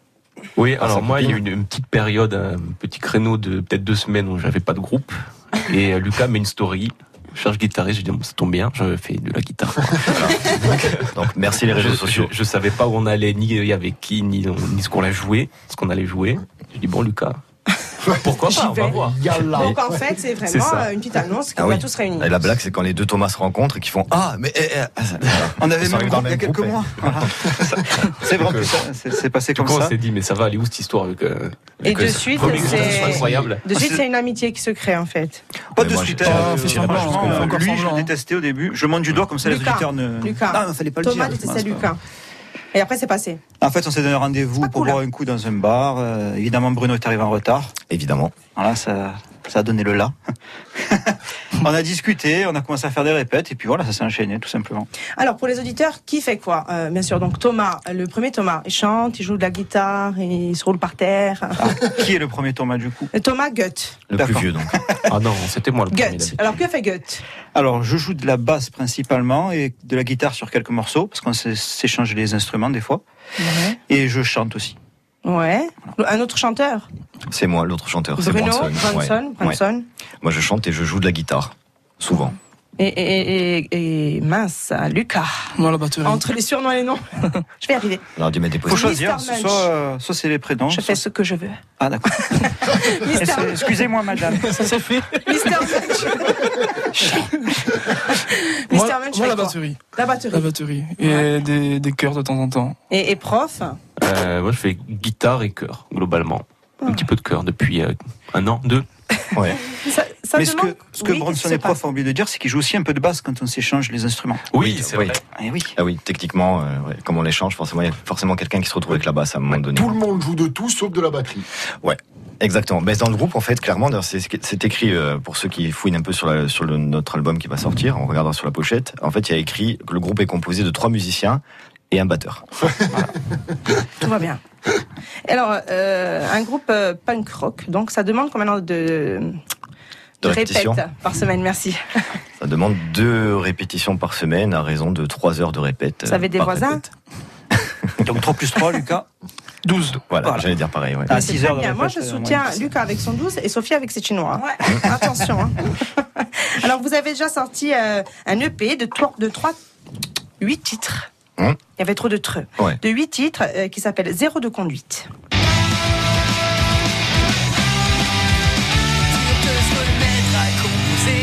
Speaker 9: Oui,
Speaker 3: Ah, ça
Speaker 9: alors moi, il y a eu
Speaker 3: copine.
Speaker 9: une, une petite période, un petit créneau de peut-être deux semaines où j'avais pas de groupe. Et euh, Lucas met une story. Je Cherche guitariste, j'ai dit, bon, ça tombe bien, je fais de la guitare.
Speaker 3: Donc merci les réseaux
Speaker 9: je,
Speaker 3: sociaux.
Speaker 9: je- je savais pas où on allait, ni avec qui, ni, ni ce qu'on allait jouer, ce qu'on allait jouer. J'ai dit, bon, Lucas, Pourquoi
Speaker 4: J'y
Speaker 9: pas On va
Speaker 4: vais.
Speaker 9: voir.
Speaker 8: Il y a là.
Speaker 4: Donc en fait, c'est
Speaker 9: C'est
Speaker 4: vraiment
Speaker 9: ça.
Speaker 4: euh, une petite annonce qu'on
Speaker 3: Ah
Speaker 4: va
Speaker 3: oui.
Speaker 4: tous réunir.
Speaker 3: Et la blague, c'est quand les deux Thomas se rencontrent et qu'ils font Ah, mais. eh, eh, ah, ça-
Speaker 7: On avait
Speaker 3: Ils sont
Speaker 7: même
Speaker 3: dans le
Speaker 7: groupe il y a
Speaker 3: même
Speaker 7: quelques
Speaker 3: groupe,
Speaker 7: mois. Voilà. c'est vrai que
Speaker 9: euh,
Speaker 7: ça- c'est c'est passé
Speaker 9: Tout
Speaker 7: comme
Speaker 9: le monde
Speaker 7: ça.
Speaker 9: s'est dit, mais ça va aller où cette histoire avec. euh,
Speaker 4: Et
Speaker 9: avec,
Speaker 4: de
Speaker 9: euh,
Speaker 4: suite,
Speaker 9: Romy,
Speaker 4: c'est-
Speaker 9: incroyable.
Speaker 4: De suite, Ah, c'est une amitié qui se crée en fait.
Speaker 7: Pas
Speaker 3: Mais
Speaker 7: de
Speaker 3: moi,
Speaker 7: suite.
Speaker 3: j'ai-
Speaker 7: hein.
Speaker 1: Ah, fais
Speaker 7: Franchement,
Speaker 1: semblant, hein, fais encore
Speaker 7: lui, je
Speaker 1: semblant, hein.
Speaker 7: le détestais au début. Je monte du doigt comme ça, les
Speaker 4: Lucas,
Speaker 7: auditeurs ne.
Speaker 4: Lucas.
Speaker 7: Non, non, fallait pas le
Speaker 4: Thomas
Speaker 7: dire.
Speaker 4: était
Speaker 7: Non,
Speaker 4: Ah, c'est
Speaker 7: c'est pas
Speaker 4: Lucas. Et après, c'est passé.
Speaker 7: En fait, on s'est donné rendez-vous
Speaker 4: pas
Speaker 7: pour
Speaker 4: cool,
Speaker 7: boire un coup dans un bar. Euh, évidemment, Bruno est arrivé en retard.
Speaker 3: Évidemment.
Speaker 7: Voilà, ça, ça a donné le là. on a discuté, on a commencé à faire des répètes, et puis voilà, ça s'est enchaîné, tout simplement.
Speaker 4: Alors pour les auditeurs, qui fait quoi Euh, Bien sûr, donc Thomas, le premier Thomas, il chante, il joue de la guitare, il se roule par terre.
Speaker 7: Ah, qui est le premier Thomas, du coup
Speaker 4: Thomas Goethe.
Speaker 3: Le plus
Speaker 7: D'accord.
Speaker 3: vieux, donc.
Speaker 9: Ah non, c'était moi le premier.
Speaker 4: Goethe. Alors que fait Goethe
Speaker 7: Alors, je joue de la basse principalement, et de la guitare sur quelques morceaux, parce qu'on s'é- s'échange les instruments des fois. Et je chante aussi.
Speaker 4: Ouais. Un autre chanteur
Speaker 3: C'est moi, l'autre chanteur. C'est
Speaker 4: Bruno
Speaker 3: Branson.
Speaker 4: Branson.
Speaker 3: Ouais.
Speaker 4: Branson,
Speaker 3: Ouais. Moi, je chante et je joue de la guitare. Souvent.
Speaker 4: Et, et- et- et- mince, Lucas.
Speaker 1: Moi, la batterie.
Speaker 4: Entre les surnoms et les noms, je vais y arriver.
Speaker 3: On aurait dû mettre des
Speaker 7: Faut
Speaker 4: Mister
Speaker 3: positions.
Speaker 7: choisir,
Speaker 4: Munch.
Speaker 7: soit, euh, soit c'est les prénoms.
Speaker 4: Je
Speaker 7: soit-
Speaker 4: fais ce que je veux.
Speaker 7: Ah, d'accord.
Speaker 4: Mister,
Speaker 7: Excusez-moi, madame.
Speaker 1: Ça, c'est fait.
Speaker 4: Mister Munch.
Speaker 1: Moi,
Speaker 4: Mister Munch,
Speaker 1: moi,
Speaker 4: fait
Speaker 1: la
Speaker 4: quoi
Speaker 1: batterie.
Speaker 4: La
Speaker 1: La
Speaker 4: batterie.
Speaker 1: batterie. Et
Speaker 4: Ouais.
Speaker 1: des, des chœurs de temps en temps.
Speaker 4: Et, et prof
Speaker 9: Euh, moi, je fais guitare et chœur, globalement.
Speaker 4: Ah.
Speaker 9: Un petit peu de chœur depuis euh, un an, deux.
Speaker 3: Ouais.
Speaker 4: Ça, ça
Speaker 7: Mais ce
Speaker 4: demande-
Speaker 7: que, ce que
Speaker 4: Oui,
Speaker 7: Bronson
Speaker 4: c'est
Speaker 7: et Prof ont oublié de dire, c'est qu'ils jouent aussi un peu de basse quand on s'échange les instruments.
Speaker 9: Oui, c'est
Speaker 3: oui.
Speaker 9: vrai.
Speaker 7: Eh oui.
Speaker 3: Ah oui, techniquement, euh, ouais, comme on l'échange, forcément, il y a forcément quelqu'un qui se retrouve avec la basse à un moment donné.
Speaker 8: Tout le monde joue de tout sauf de la batterie.
Speaker 3: Exactement. Mais dans le groupe, en fait, clairement, d'ailleurs, c'est c'est écrit euh, pour ceux qui fouinent un peu sur, la- sur le- notre album qui va sortir, en regardant sur la pochette. En fait, il y a écrit que le groupe est composé de trois musiciens et un batteur.
Speaker 4: Tout va bien. Alors, euh, un groupe euh, punk rock, donc ça demande combien de, de,
Speaker 3: De
Speaker 4: répètes
Speaker 3: répétition.
Speaker 4: par semaine Merci.
Speaker 3: Ça demande deux répétitions par semaine à raison de trois heures de répète.
Speaker 4: Vous avez
Speaker 3: euh,
Speaker 4: des
Speaker 3: par
Speaker 4: voisins
Speaker 3: répète.
Speaker 7: Donc 3 plus 3, Lucas.
Speaker 1: 12.
Speaker 3: Voilà,
Speaker 7: Voilà.
Speaker 3: j'allais dire pareil. Ouais.
Speaker 7: Ah,
Speaker 4: C'est
Speaker 7: six
Speaker 4: très
Speaker 7: heures de
Speaker 4: bien. Moi, je
Speaker 7: répète, euh,
Speaker 4: soutiens
Speaker 7: ouais.
Speaker 4: Lucas avec son 12 et Sophie avec ses Chinois. Attention. hein. Alors, vous avez déjà sorti euh, un EP de trois, de trois, huit titres.
Speaker 9: Hein
Speaker 3: Hum.
Speaker 4: Il y avait trop de treux.
Speaker 3: Ouais.
Speaker 4: De huit titres euh, qui s'appelle Zéro de conduite.
Speaker 5: Pour te se mettre à composer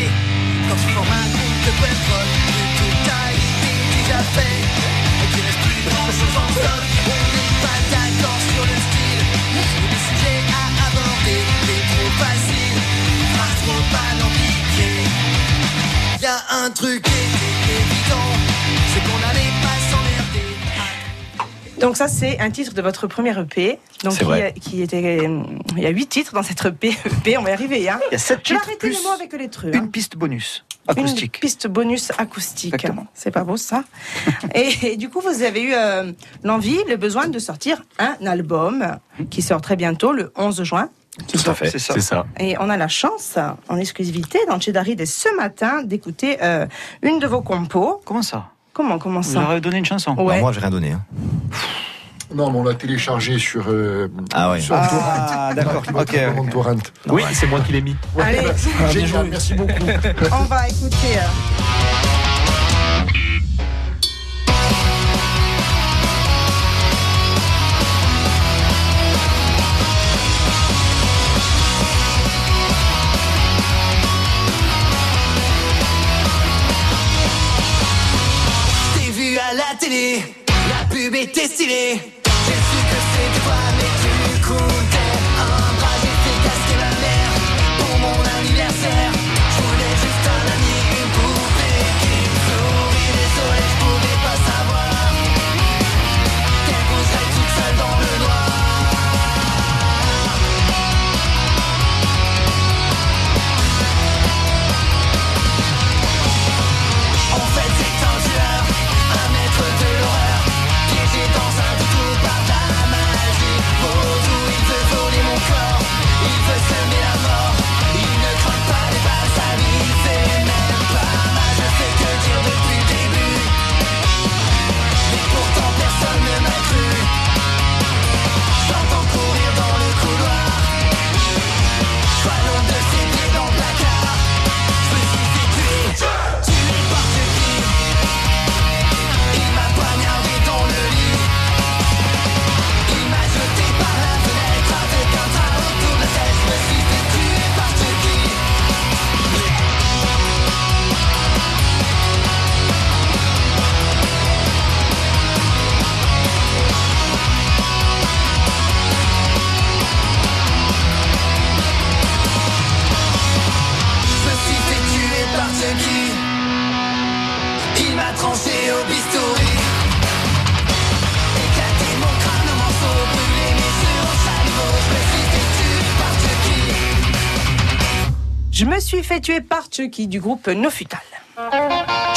Speaker 5: Quand tu formes un groupe de punk rock De totalité déjà faite Et qu'il reste plus grand chose en stock On n'est pas d'accord sur le style Ou les sujets à aborder C'est trop facile Pas trop alambiqué Y'a un truc qui est évident C'est qu'on n'allait pas s'emmerder
Speaker 4: Donc ça, c'est un titre de votre premier EP. Donc
Speaker 3: C'est
Speaker 4: qui,
Speaker 3: vrai.
Speaker 4: qui était, euh, il y a huit titres dans cette E EP. on va y arriver. Hein.
Speaker 7: Il y a 7
Speaker 4: Je vais
Speaker 7: titres
Speaker 4: arrêter
Speaker 7: plus
Speaker 4: les mots avec les trucs. hein.
Speaker 7: une piste bonus acoustique.
Speaker 4: Une piste bonus acoustique.
Speaker 7: Exactement.
Speaker 4: C'est pas beau ça. et, et du coup, vous avez eu euh, l'envie, le besoin de sortir un album qui sort très bientôt, le 11 juin.
Speaker 3: Tout à fait.
Speaker 7: C'est ça.
Speaker 9: C'est ça.
Speaker 4: Et on a la chance, en exclusivité, dans Chedari dès ce matin, d'écouter euh, une de vos compos.
Speaker 7: Comment ça
Speaker 4: Comment comment
Speaker 7: Vous
Speaker 4: ça
Speaker 7: leur avez donné une chanson
Speaker 3: Non,
Speaker 4: Ouais.
Speaker 3: moi, j'ai rien donné. hein.
Speaker 8: Non, mais on l'a téléchargé sur. euh,
Speaker 3: Ah ouais.
Speaker 8: sur Torrent.
Speaker 7: Ah, d'accord.
Speaker 8: Tu m'as
Speaker 7: Ok.
Speaker 8: trouvé mon
Speaker 7: ok.
Speaker 8: Torrent.
Speaker 9: Oui, c'est moi qui l'ai mis.
Speaker 4: Allez,
Speaker 5: bah,
Speaker 8: Génial, merci beaucoup.
Speaker 4: on va écouter. euh,
Speaker 5: T'es vu à la télé, la pub était stylée. J'ai su que c'était toi, mais tu comptais un bras. J'ai fait casquer ma mère pour mon anniversaire. Je voulais juste un ami, une poupée qui me sourit. Désolé, je pouvais pas savoir qu'elle poserait toute seule dans le noir. En fait, c'est un tueur, un maître de l'horreur, piégé dans un trou
Speaker 2: bistouri Éclater mon crâne en morceaux Brûler mes yeux en salvo Je me suis fait tuer par Chucky
Speaker 4: Je me suis fait tuer par Chucky du groupe No Futal.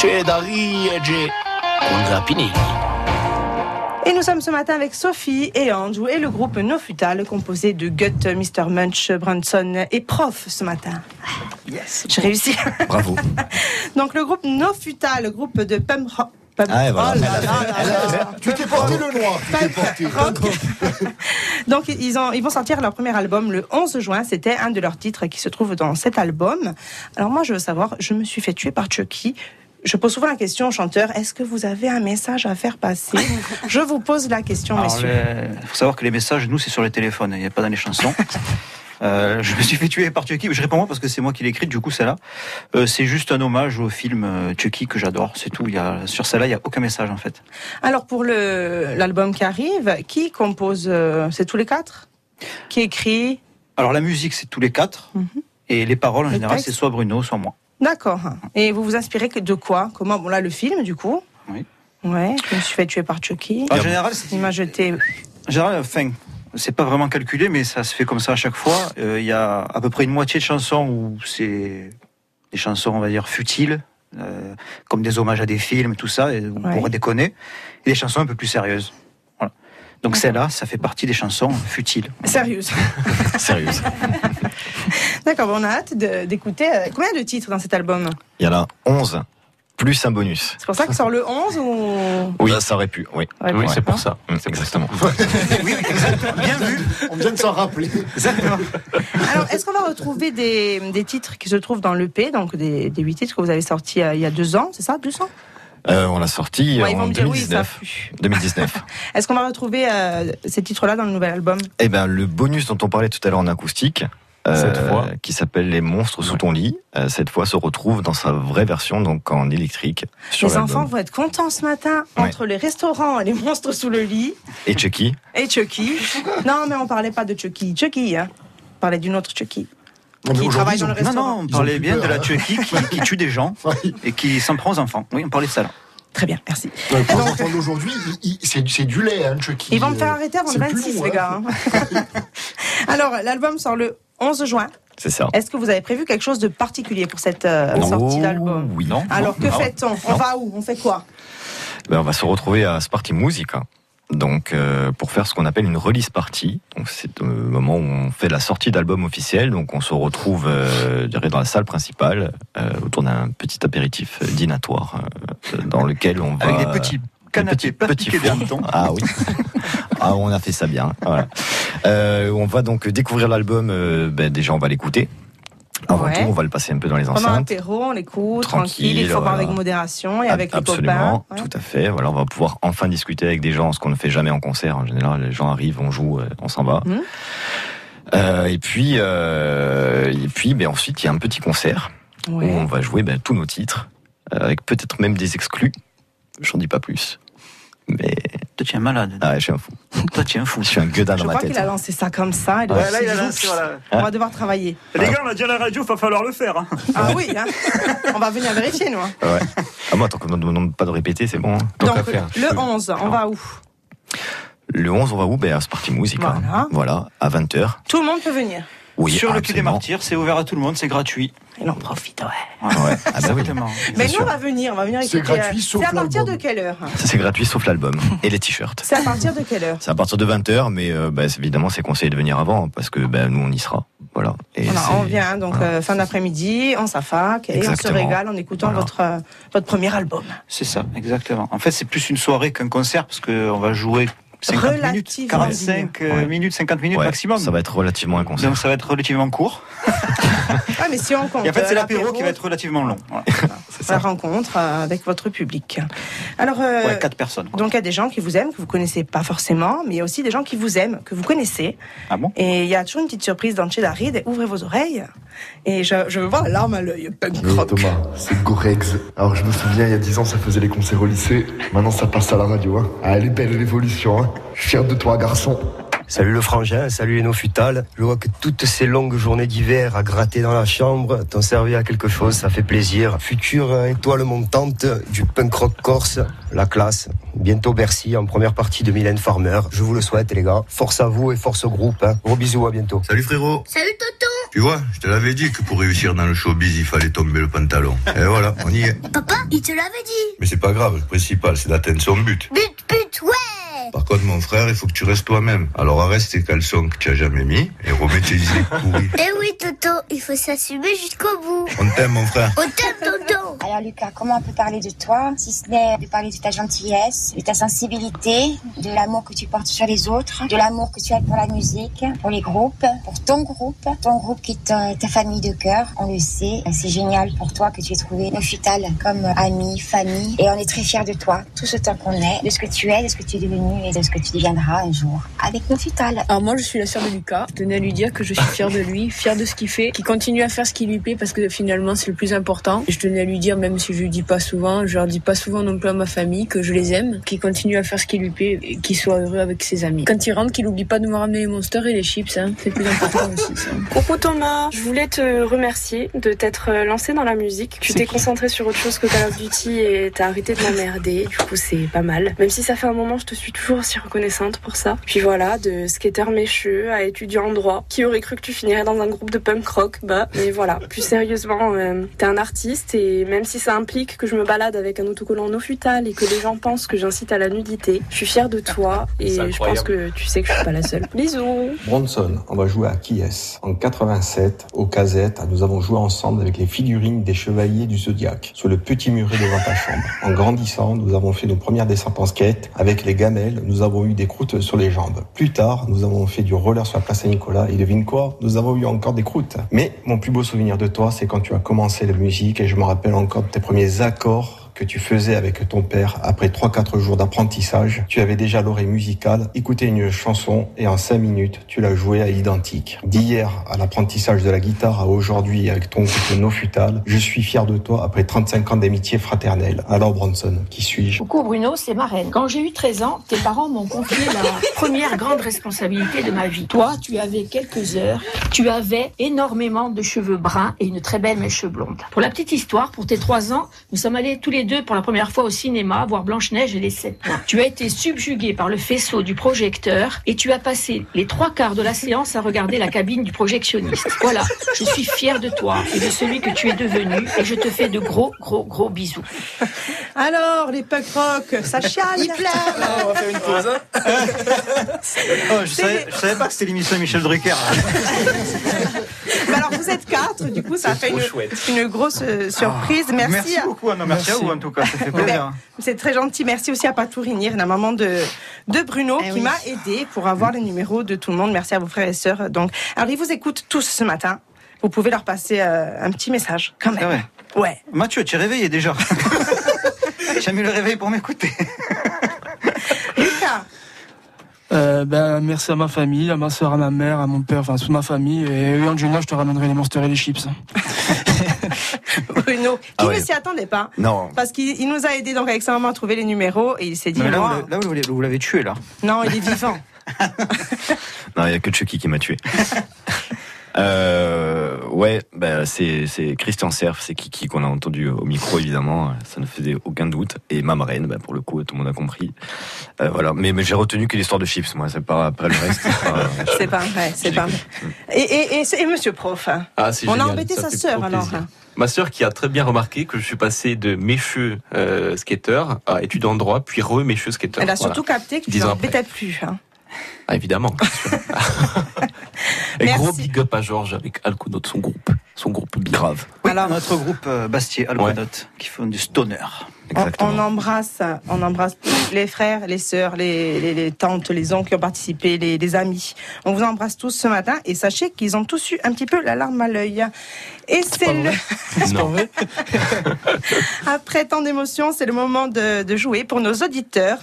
Speaker 8: Cedari e G. Con Grappini.
Speaker 4: Et nous sommes ce matin avec Sophie et Andrew et le groupe No Futal composé de Gut, Mr. Munch, Branson et Prof ce matin. Yes. J'ai réussi.
Speaker 3: Bravo.
Speaker 4: Donc le groupe No Futal, le groupe de Pump Rock. Pump-
Speaker 3: Ah, et voilà.
Speaker 4: Oh là là là là.
Speaker 5: Tu t'es porté le noir. Tu t'es porté.
Speaker 4: Donc ils, ont, ils vont sortir leur premier album le 11 juin. C'était un de leurs titres qui se trouve dans cet album. Alors moi je veux savoir, je me suis fait tuer par Chucky. Je pose souvent la question aux chanteurs, est-ce que vous avez un message à faire passer Je vous pose la question,
Speaker 3: Ah,
Speaker 7: Alors,
Speaker 4: messieurs.
Speaker 7: le- faut savoir que les messages, nous, c'est sur les téléphones, il n'y a pas dans les chansons. Euh, je me suis fait tuer par Chucky, mais je réponds moi parce que c'est moi qui l'ai écrite, du coup, celle-là. Euh, c'est juste un hommage au film euh, Chucky que j'adore, c'est tout. Il Y a, sur celle-là, il n'y a aucun message, en fait.
Speaker 4: Alors pour le- l'album qui arrive, qui compose euh, C'est tous les quatre Qui écrit
Speaker 7: Alors, la musique, c'est tous les quatre.
Speaker 4: Mhm.
Speaker 7: Et les paroles, en
Speaker 4: Les
Speaker 7: général,
Speaker 4: textes.
Speaker 7: c'est soit Bruno, soit moi.
Speaker 4: D'accord. Et vous vous inspirez que de quoi Comment Bon là le film du coup.
Speaker 7: Oui.
Speaker 4: Ouais. Je me suis fait tuer par Chucky.
Speaker 7: En général, c'est
Speaker 4: Il m'a jeté.
Speaker 7: En général, enfin, c'est pas vraiment calculé, mais ça se fait comme ça à chaque fois. Euh, Il y a à peu près une moitié de chansons où c'est des chansons, on va dire, futiles, euh, comme des hommages à des films, tout ça, et-
Speaker 4: Ouais.
Speaker 7: pour déconner, et des chansons un peu plus sérieuses. Voilà. Donc celle-là, ça fait partie des chansons futiles.
Speaker 4: Sérieux.
Speaker 3: Sérieux.
Speaker 4: D'accord. bon, on a hâte de- d'écouter. euh, Combien de titres dans cet album
Speaker 3: Il y en a 11, plus un bonus.
Speaker 4: C'est pour ça que sort le 11 ou
Speaker 3: Oui. Ça, ça aurait pu, oui.
Speaker 4: Ouais,
Speaker 9: Oui,
Speaker 4: bon.
Speaker 9: c'est pour ça.
Speaker 3: Mm,
Speaker 9: C'est pour ça.
Speaker 3: Exactement.
Speaker 7: Oui, exactement. Bien vu.
Speaker 5: On vient de s'en rappeler.
Speaker 7: Exactement.
Speaker 4: Alors, est-ce qu'on va retrouver des, des titres qui se trouvent dans l'EP, donc des, des 8 titres que vous avez sortis euh, il y a deux ans, c'est ça Deux ans
Speaker 3: Euh, on l'a sorti
Speaker 4: Ouais, Ils
Speaker 3: en
Speaker 4: vont me dire oui, ça
Speaker 3: 2019.
Speaker 4: pue.
Speaker 3: 2019.
Speaker 4: Est-ce qu'on va retrouver euh, ces titres-là dans le nouvel album
Speaker 3: Eh ben, le bonus dont on parlait tout à l'heure en acoustique, euh,
Speaker 9: Cette fois.
Speaker 3: qui s'appelle Les monstres sous
Speaker 9: Ouais.
Speaker 3: ton lit, euh, cette fois se retrouve dans sa vraie version, donc en électrique, sur
Speaker 4: Les enfants
Speaker 3: l'album.
Speaker 4: vont être contents ce matin
Speaker 3: Ouais.
Speaker 4: entre les restaurants, les monstres sous le lit
Speaker 3: Et Chucky,
Speaker 4: et Chucky. non, mais on parlait pas de Chucky. Chucky, hein. on parlait d'une autre Chucky.
Speaker 7: Ah,
Speaker 5: Non, mais
Speaker 4: Qui
Speaker 5: aujourd'hui,
Speaker 4: travaille dans
Speaker 5: ils
Speaker 4: le
Speaker 5: ont-
Speaker 7: Non,
Speaker 4: restaurant.
Speaker 7: non, on
Speaker 5: Ils ont
Speaker 7: parlait
Speaker 5: plus
Speaker 7: bien
Speaker 5: peur,
Speaker 7: de la
Speaker 5: hein.
Speaker 7: Chucky qui, qui tue des gens
Speaker 5: Ouais.
Speaker 7: et qui s'en prend aux enfants. Oui, on parlait de ça là.
Speaker 4: Très bien, merci.
Speaker 5: Ouais, Pour les enfants d'aujourd'hui, il- il- c'est c'est du lait, hein, Chucky.
Speaker 4: Ils vont me faire
Speaker 5: Euh,
Speaker 4: arrêter avant le
Speaker 5: c'est
Speaker 4: 26,
Speaker 5: plus,
Speaker 4: les
Speaker 5: hein.
Speaker 4: gars. hein. Alors, l'album sort le 11 juin.
Speaker 3: c'est ça.
Speaker 4: Est-ce que vous avez prévu quelque chose de particulier pour cette euh, sortie d'album
Speaker 3: Oh, oui. Non.
Speaker 4: Alors, que
Speaker 3: Ah ouais.
Speaker 4: fait-on On
Speaker 3: Non.
Speaker 4: va où On fait quoi
Speaker 3: Ben, on va se retrouver à Sparty Musica. Donc, euh, pour faire ce qu'on appelle une release party. Donc, c'est le moment où on fait la sortie d'album officiel. Donc, on se retrouve, euh, je dirais, dans la salle principale, euh, autour d'un petit apéritif euh, dînatoire, euh, dans lequel on va.
Speaker 7: Avec des petits
Speaker 3: petits-
Speaker 7: canapés
Speaker 3: petits
Speaker 7: plastiqués de
Speaker 3: fours.
Speaker 7: mouton.
Speaker 3: Ah oui. Ah, on a fait ça bien. Voilà. Euh, on va donc découvrir l'album. euh, ben, déjà, on va l'écouter. Avant
Speaker 4: Ouais.
Speaker 3: tout, on va le passer un peu dans les
Speaker 4: Pendant
Speaker 3: enceintes.
Speaker 4: l'apéro, on l'écoute, tranquille,
Speaker 3: Tranquille,
Speaker 4: il faut
Speaker 3: voilà.
Speaker 4: boire avec modération et avec les copains. Hein.
Speaker 3: Absolument,
Speaker 4: ouais.
Speaker 3: tout à fait. Voilà, on va pouvoir enfin discuter avec des gens, ce qu'on ne fait jamais en concert. En général, les gens arrivent, on joue, euh, on s'en va.
Speaker 4: Mhm.
Speaker 3: Euh, et puis, euh, et puis, ben ensuite, il y a un petit concert
Speaker 4: Ouais.
Speaker 3: où on va jouer ben, tous nos titres, euh, avec peut-être même des exclus. J'en dis pas plus. Mais
Speaker 7: Toi, tu es un malade.
Speaker 3: ah, ouais, je suis un fou.
Speaker 7: Toi, tu es un fou.
Speaker 3: Je suis un gueudin
Speaker 4: Je
Speaker 3: dans ma
Speaker 4: crois
Speaker 3: tête.
Speaker 4: qu'il a lancé ça comme ça. Il
Speaker 7: Ouais,
Speaker 4: doit
Speaker 7: là,
Speaker 4: se
Speaker 7: il a
Speaker 4: dire,
Speaker 7: lancé, voilà.
Speaker 4: On va devoir travailler.
Speaker 7: Les gars, on a dit à la radio, il va falloir le faire.
Speaker 4: Ah oui, hein. on va venir vérifier, nous. hein.
Speaker 3: Ouais. Ah, moi, tant qu'on ne me demande pas de répéter, c'est bon. hein.
Speaker 9: Tant
Speaker 4: Donc,
Speaker 9: qu'à faire, je
Speaker 4: le
Speaker 9: peux-
Speaker 4: 11, on va où
Speaker 3: Le 11, on va où ben, à Sparty Music. hein.
Speaker 4: Voilà.
Speaker 3: voilà, à 20h.
Speaker 4: Tout le monde peut venir.
Speaker 3: Oui,
Speaker 7: Sur le quai des
Speaker 3: absolument.
Speaker 7: Martyrs, c'est ouvert à tout le monde, c'est gratuit.
Speaker 4: Il en profite, ouais.
Speaker 3: Ouais. Ah, bah oui.
Speaker 7: Exactement.
Speaker 4: Mais
Speaker 3: C'est
Speaker 4: nous, on
Speaker 3: sûr.
Speaker 4: va venir. On va venir
Speaker 5: C'est
Speaker 4: écouter,
Speaker 5: gratuit,
Speaker 4: euh,
Speaker 5: sauf
Speaker 4: C'est à partir de
Speaker 5: l'album.
Speaker 4: quelle heure
Speaker 3: Ça, c'est gratuit sauf l'album et les t-shirts.
Speaker 4: C'est à partir de quelle heure
Speaker 3: C'est à partir de 20h, mais euh, bah, c'est- évidemment, c'est conseillé de venir avant, parce que bah, nous, on y sera. Voilà. Et
Speaker 4: Voilà,
Speaker 3: c'est-
Speaker 4: on vient donc
Speaker 3: voilà.
Speaker 4: euh, fin d'après-midi, on s'affaque et on
Speaker 3: Exactement.
Speaker 4: se régale en écoutant
Speaker 3: Voilà.
Speaker 4: votre, euh, votre premier album.
Speaker 7: C'est ça, exactement. En fait, c'est plus une soirée qu'un concert parce qu'on va jouer 50 minutes,
Speaker 4: Relativement
Speaker 7: 45 euh,
Speaker 3: Ouais.
Speaker 7: minutes, 50 minutes
Speaker 3: Ouais,
Speaker 7: maximum.
Speaker 3: Ça va être relativement un concert.
Speaker 7: Donc ça va être relativement court.
Speaker 4: Ah, mais si on compte.
Speaker 7: Et en fait, c'est
Speaker 4: euh,
Speaker 7: l'apéro qui va être relativement long. Voilà.
Speaker 4: La rencontre euh, avec votre public. Alors, euh,
Speaker 7: Ouais, quatre personnes. quoi.
Speaker 4: donc il y a des gens qui vous aiment, que vous connaissez pas forcément, mais il y a aussi des gens qui vous aiment, que vous connaissez.
Speaker 7: Ah bon
Speaker 4: Et il y a toujours une petite surprise dans Chedarid. Ouvrez vos oreilles. Et je, je veux voir la larme à l'œil, punk
Speaker 11: Oui,
Speaker 4: rock.
Speaker 11: Thomas, c'est Gorex. Alors je me souviens, il y a 10 ans, ça faisait les concerts au lycée. Maintenant, ça passe à la radio. Hein. Ah, elle est belle l'évolution. Hein. Je suis Fier de toi, garçon.
Speaker 12: Salut le frangin, salut les nofutales. Je vois que toutes ces longues journées d'hiver à gratter dans la chambre t'ont servi à quelque chose, ça fait plaisir. Future euh, étoile montante du punk rock corse, la classe. Bientôt Bercy en première partie de Mylène Farmer. Je vous le souhaite les gars. Force à vous et force au groupe. hein. Gros bisous, à bientôt.
Speaker 13: Salut frérot
Speaker 14: Salut Toto
Speaker 13: Tu vois, je te l'avais dit que pour réussir dans le showbiz, il fallait tomber le pantalon. Et voilà, on y est.
Speaker 14: Papa, il te l'avait dit
Speaker 13: Mais c'est pas grave, le principal, c'est d'atteindre son but.
Speaker 14: But, but, ouais
Speaker 13: Par contre, mon frère, il faut que tu restes toi-même. Alors arrête tes caleçons que tu as jamais mis et remets tes idées pourries.
Speaker 14: Eh oui Toto, il faut s'assumer jusqu'au bout
Speaker 13: On t'aime, mon frère.
Speaker 14: Au top Toto
Speaker 15: Alors Lucas, comment on peut parler de toi si ce n'est de parler de ta gentillesse, de ta sensibilité, de l'amour que tu portes sur les autres, de l'amour que tu as pour la musique, pour les groupes, pour ton groupe, ton groupe qui est euh, ta, ta famille de cœur, on le sait, euh, c'est génial pour toi que tu aies trouvé nos futales comme amis, famille, et on est très fiers de toi, tout ce temps qu'on est, de ce que tu es, de ce que tu es devenu et de ce que tu deviendras un jour avec nos futales.
Speaker 16: Alors moi je suis la sœur de Lucas, je tenais à lui dire que je suis fière de lui, fière de ce qu'il fait, qu'il continue à faire ce qui lui plaît parce que finalement c'est le plus important. Et je tenais à lui dire, même si je lui dis pas souvent, je leur dis pas souvent non plus à ma famille, que je les aime, qu'il continue à faire ce qui lui plaît et qu'il soit heureux avec ses amis. Quand il rentre, qu'il oublie pas de me ramener les monsters et les chips, hein. c'est le plus important aussi ça.
Speaker 17: Coucou Thomas, je voulais te remercier de t'être euh, lancé dans la musique. Tu t'es concentré sur autre chose que Call of Duty et t'as arrêté de m'emmerder. Du coup, c'est pas mal. Même si ça fait un moment, je te suis toujours aussi reconnaissante pour ça. Puis voilà, de skater mécheux à étudiant en droit. Qui aurait cru que tu finirais dans un groupe de punk rock Bah, mais voilà. Plus sérieusement, euh, t'es un artiste et même si ça implique que je me balade avec un autocollant no futal et que les gens pensent que j'incite à la nudité, je suis fière de toi et je pense que tu sais que je suis pas la seule. Bisous
Speaker 18: Bronson, on va jouer à Kies. En 87, au casette, nous avons joué ensemble avec les figurines des chevaliers du Zodiac, sur le petit muret devant ta chambre. En grandissant, nous avons fait nos premières descentes en skate. Avec les gamelles, nous avons eu des croûtes sur les jambes. Plus tard, nous avons fait du roller sur la place Saint-Nicolas et devine quoi Nous avons eu encore des croûtes. Mais mon plus beau souvenir de toi, c'est quand tu as commencé la musique et je me rappelle encore de tes premiers accords que tu faisais avec ton père après 3-4 jours d'apprentissage. Tu avais déjà l'oreille musicale, écouté une chanson et en 5 minutes, tu l'as jouée à identique. D'hier à l'apprentissage de la guitare à aujourd'hui avec ton couple no futal, je suis fier de toi après 35 ans d'amitié fraternelle. Alors Bronson, qui suis-je
Speaker 19: Coucou Bruno, c'est Marraine. Quand j'ai eu 13 ans, tes parents m'ont confié la première grande responsabilité de ma vie. Toi, tu avais quelques heures, tu avais énormément de cheveux bruns et une très belle mèche blonde. Pour la petite histoire, pour tes 3 ans, nous sommes allés tous les deux pour la première fois au cinéma voir Blanche-Neige et les 7 nains. Tu as été subjugué par le faisceau du projecteur et tu as passé les trois quarts de la séance à regarder la cabine du projectionniste. Voilà, je suis fière de toi et de celui que tu es devenu et je te fais de gros, gros, gros bisous.
Speaker 4: Alors, les punk rock, ça chiale Il
Speaker 1: Ah, On va faire une pause.
Speaker 7: Oh, je, savais, je savais pas que c'était l'émission de Michel Drucker.
Speaker 4: Mais Bah alors, vous êtes quatre, du coup, ça
Speaker 7: C'est
Speaker 4: fait
Speaker 7: trop
Speaker 4: une,
Speaker 7: chouette.
Speaker 4: une grosse euh, surprise.
Speaker 7: Ah,
Speaker 4: merci.
Speaker 7: merci
Speaker 4: à-
Speaker 7: beaucoup, Anna, merci à vous, en tout cas, ça fait
Speaker 4: Ouais.
Speaker 7: plaisir.
Speaker 4: C'est très gentil. Merci aussi à Patourinir, la maman de, de Bruno,
Speaker 9: Eh
Speaker 4: qui m'a aidé pour avoir les numéros de tout le monde. Merci à vos frères et sœurs. Donc, alors, ils vous écoutent tous ce matin. Vous pouvez leur passer euh, un petit message, quand même. Ouais.
Speaker 7: Mathieu, tu es réveillé déjà. J'ai mis le réveil pour m'écouter.
Speaker 4: Lucas,
Speaker 1: Euh, ben, merci à ma famille, à ma soeur, à ma mère, à mon père, enfin toute ma famille. Et ayant du je te ramènerai les monsters et les chips.
Speaker 4: Bruno, qui
Speaker 3: Ah ouais.
Speaker 4: ne s'y attendait pas.
Speaker 3: Non.
Speaker 4: Parce qu'il il nous a aidé donc avec sa maman à trouver les numéros et il s'est dit
Speaker 7: Non, mais là,
Speaker 4: moi,
Speaker 7: vous l'avez- là, vous l'avez- vous l'avez tué, là.
Speaker 4: non il est vivant.
Speaker 3: Non, il n'y a que Chucky qui m'a tué. Euh, ouais, bah, c'est c'est Christian Cerf, c'est Kiki qu'on a entendu au micro évidemment, ça ne faisait aucun doute. Et ma marraine, bah, pour le coup, tout le monde a compris. Euh, voilà, mais, mais j'ai retenu que l'histoire de chips, moi, c'est pas après le reste. c'est pas- euh,
Speaker 4: C'est pas vrai, c'est pas vrai. Et, et, et, et monsieur prof, hein.
Speaker 9: Ah, c'est
Speaker 4: on a
Speaker 9: génial,
Speaker 4: embêté
Speaker 9: ça
Speaker 4: sa
Speaker 9: fait
Speaker 4: sœur
Speaker 9: trop
Speaker 4: alors.
Speaker 9: plaisir.
Speaker 4: hein.
Speaker 9: Ma sœur qui a très bien remarqué que je suis passé de mécheux euh, skater à étudiant de droit, puis re-mécheux skater.
Speaker 4: Elle a
Speaker 9: Voilà.
Speaker 4: surtout capté que tu
Speaker 9: Dix ans
Speaker 4: n'embêtais plus. hein.
Speaker 9: Ah, évidemment. bien sûr. Et
Speaker 4: Merci.
Speaker 9: gros big up à Georges avec Alcuno de son groupe. Son groupe grave.
Speaker 7: Oui, notre groupe euh, Bastier, Alconot, qui font du stoner.
Speaker 4: On- On embrasse, on embrasse tous les frères, les sœurs, les, les- les tantes, les oncles qui ont participé, les, les amis. On vous embrasse tous ce matin et sachez qu'ils ont tous eu un petit peu la larme à l'œil. Et c'est le. Après tant d'émotions, c'est le moment de, de jouer pour nos auditeurs.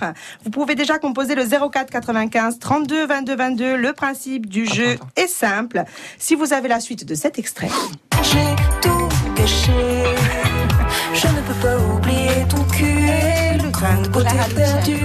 Speaker 4: Vous pouvez déjà composer le 04 95 32 22 22. Le principe du jeu est simple. Si vous avez la suite de cet extrait.
Speaker 2: J'ai tout gâché. Je ne peux pas oublier ton cul et le grain de beauté perdu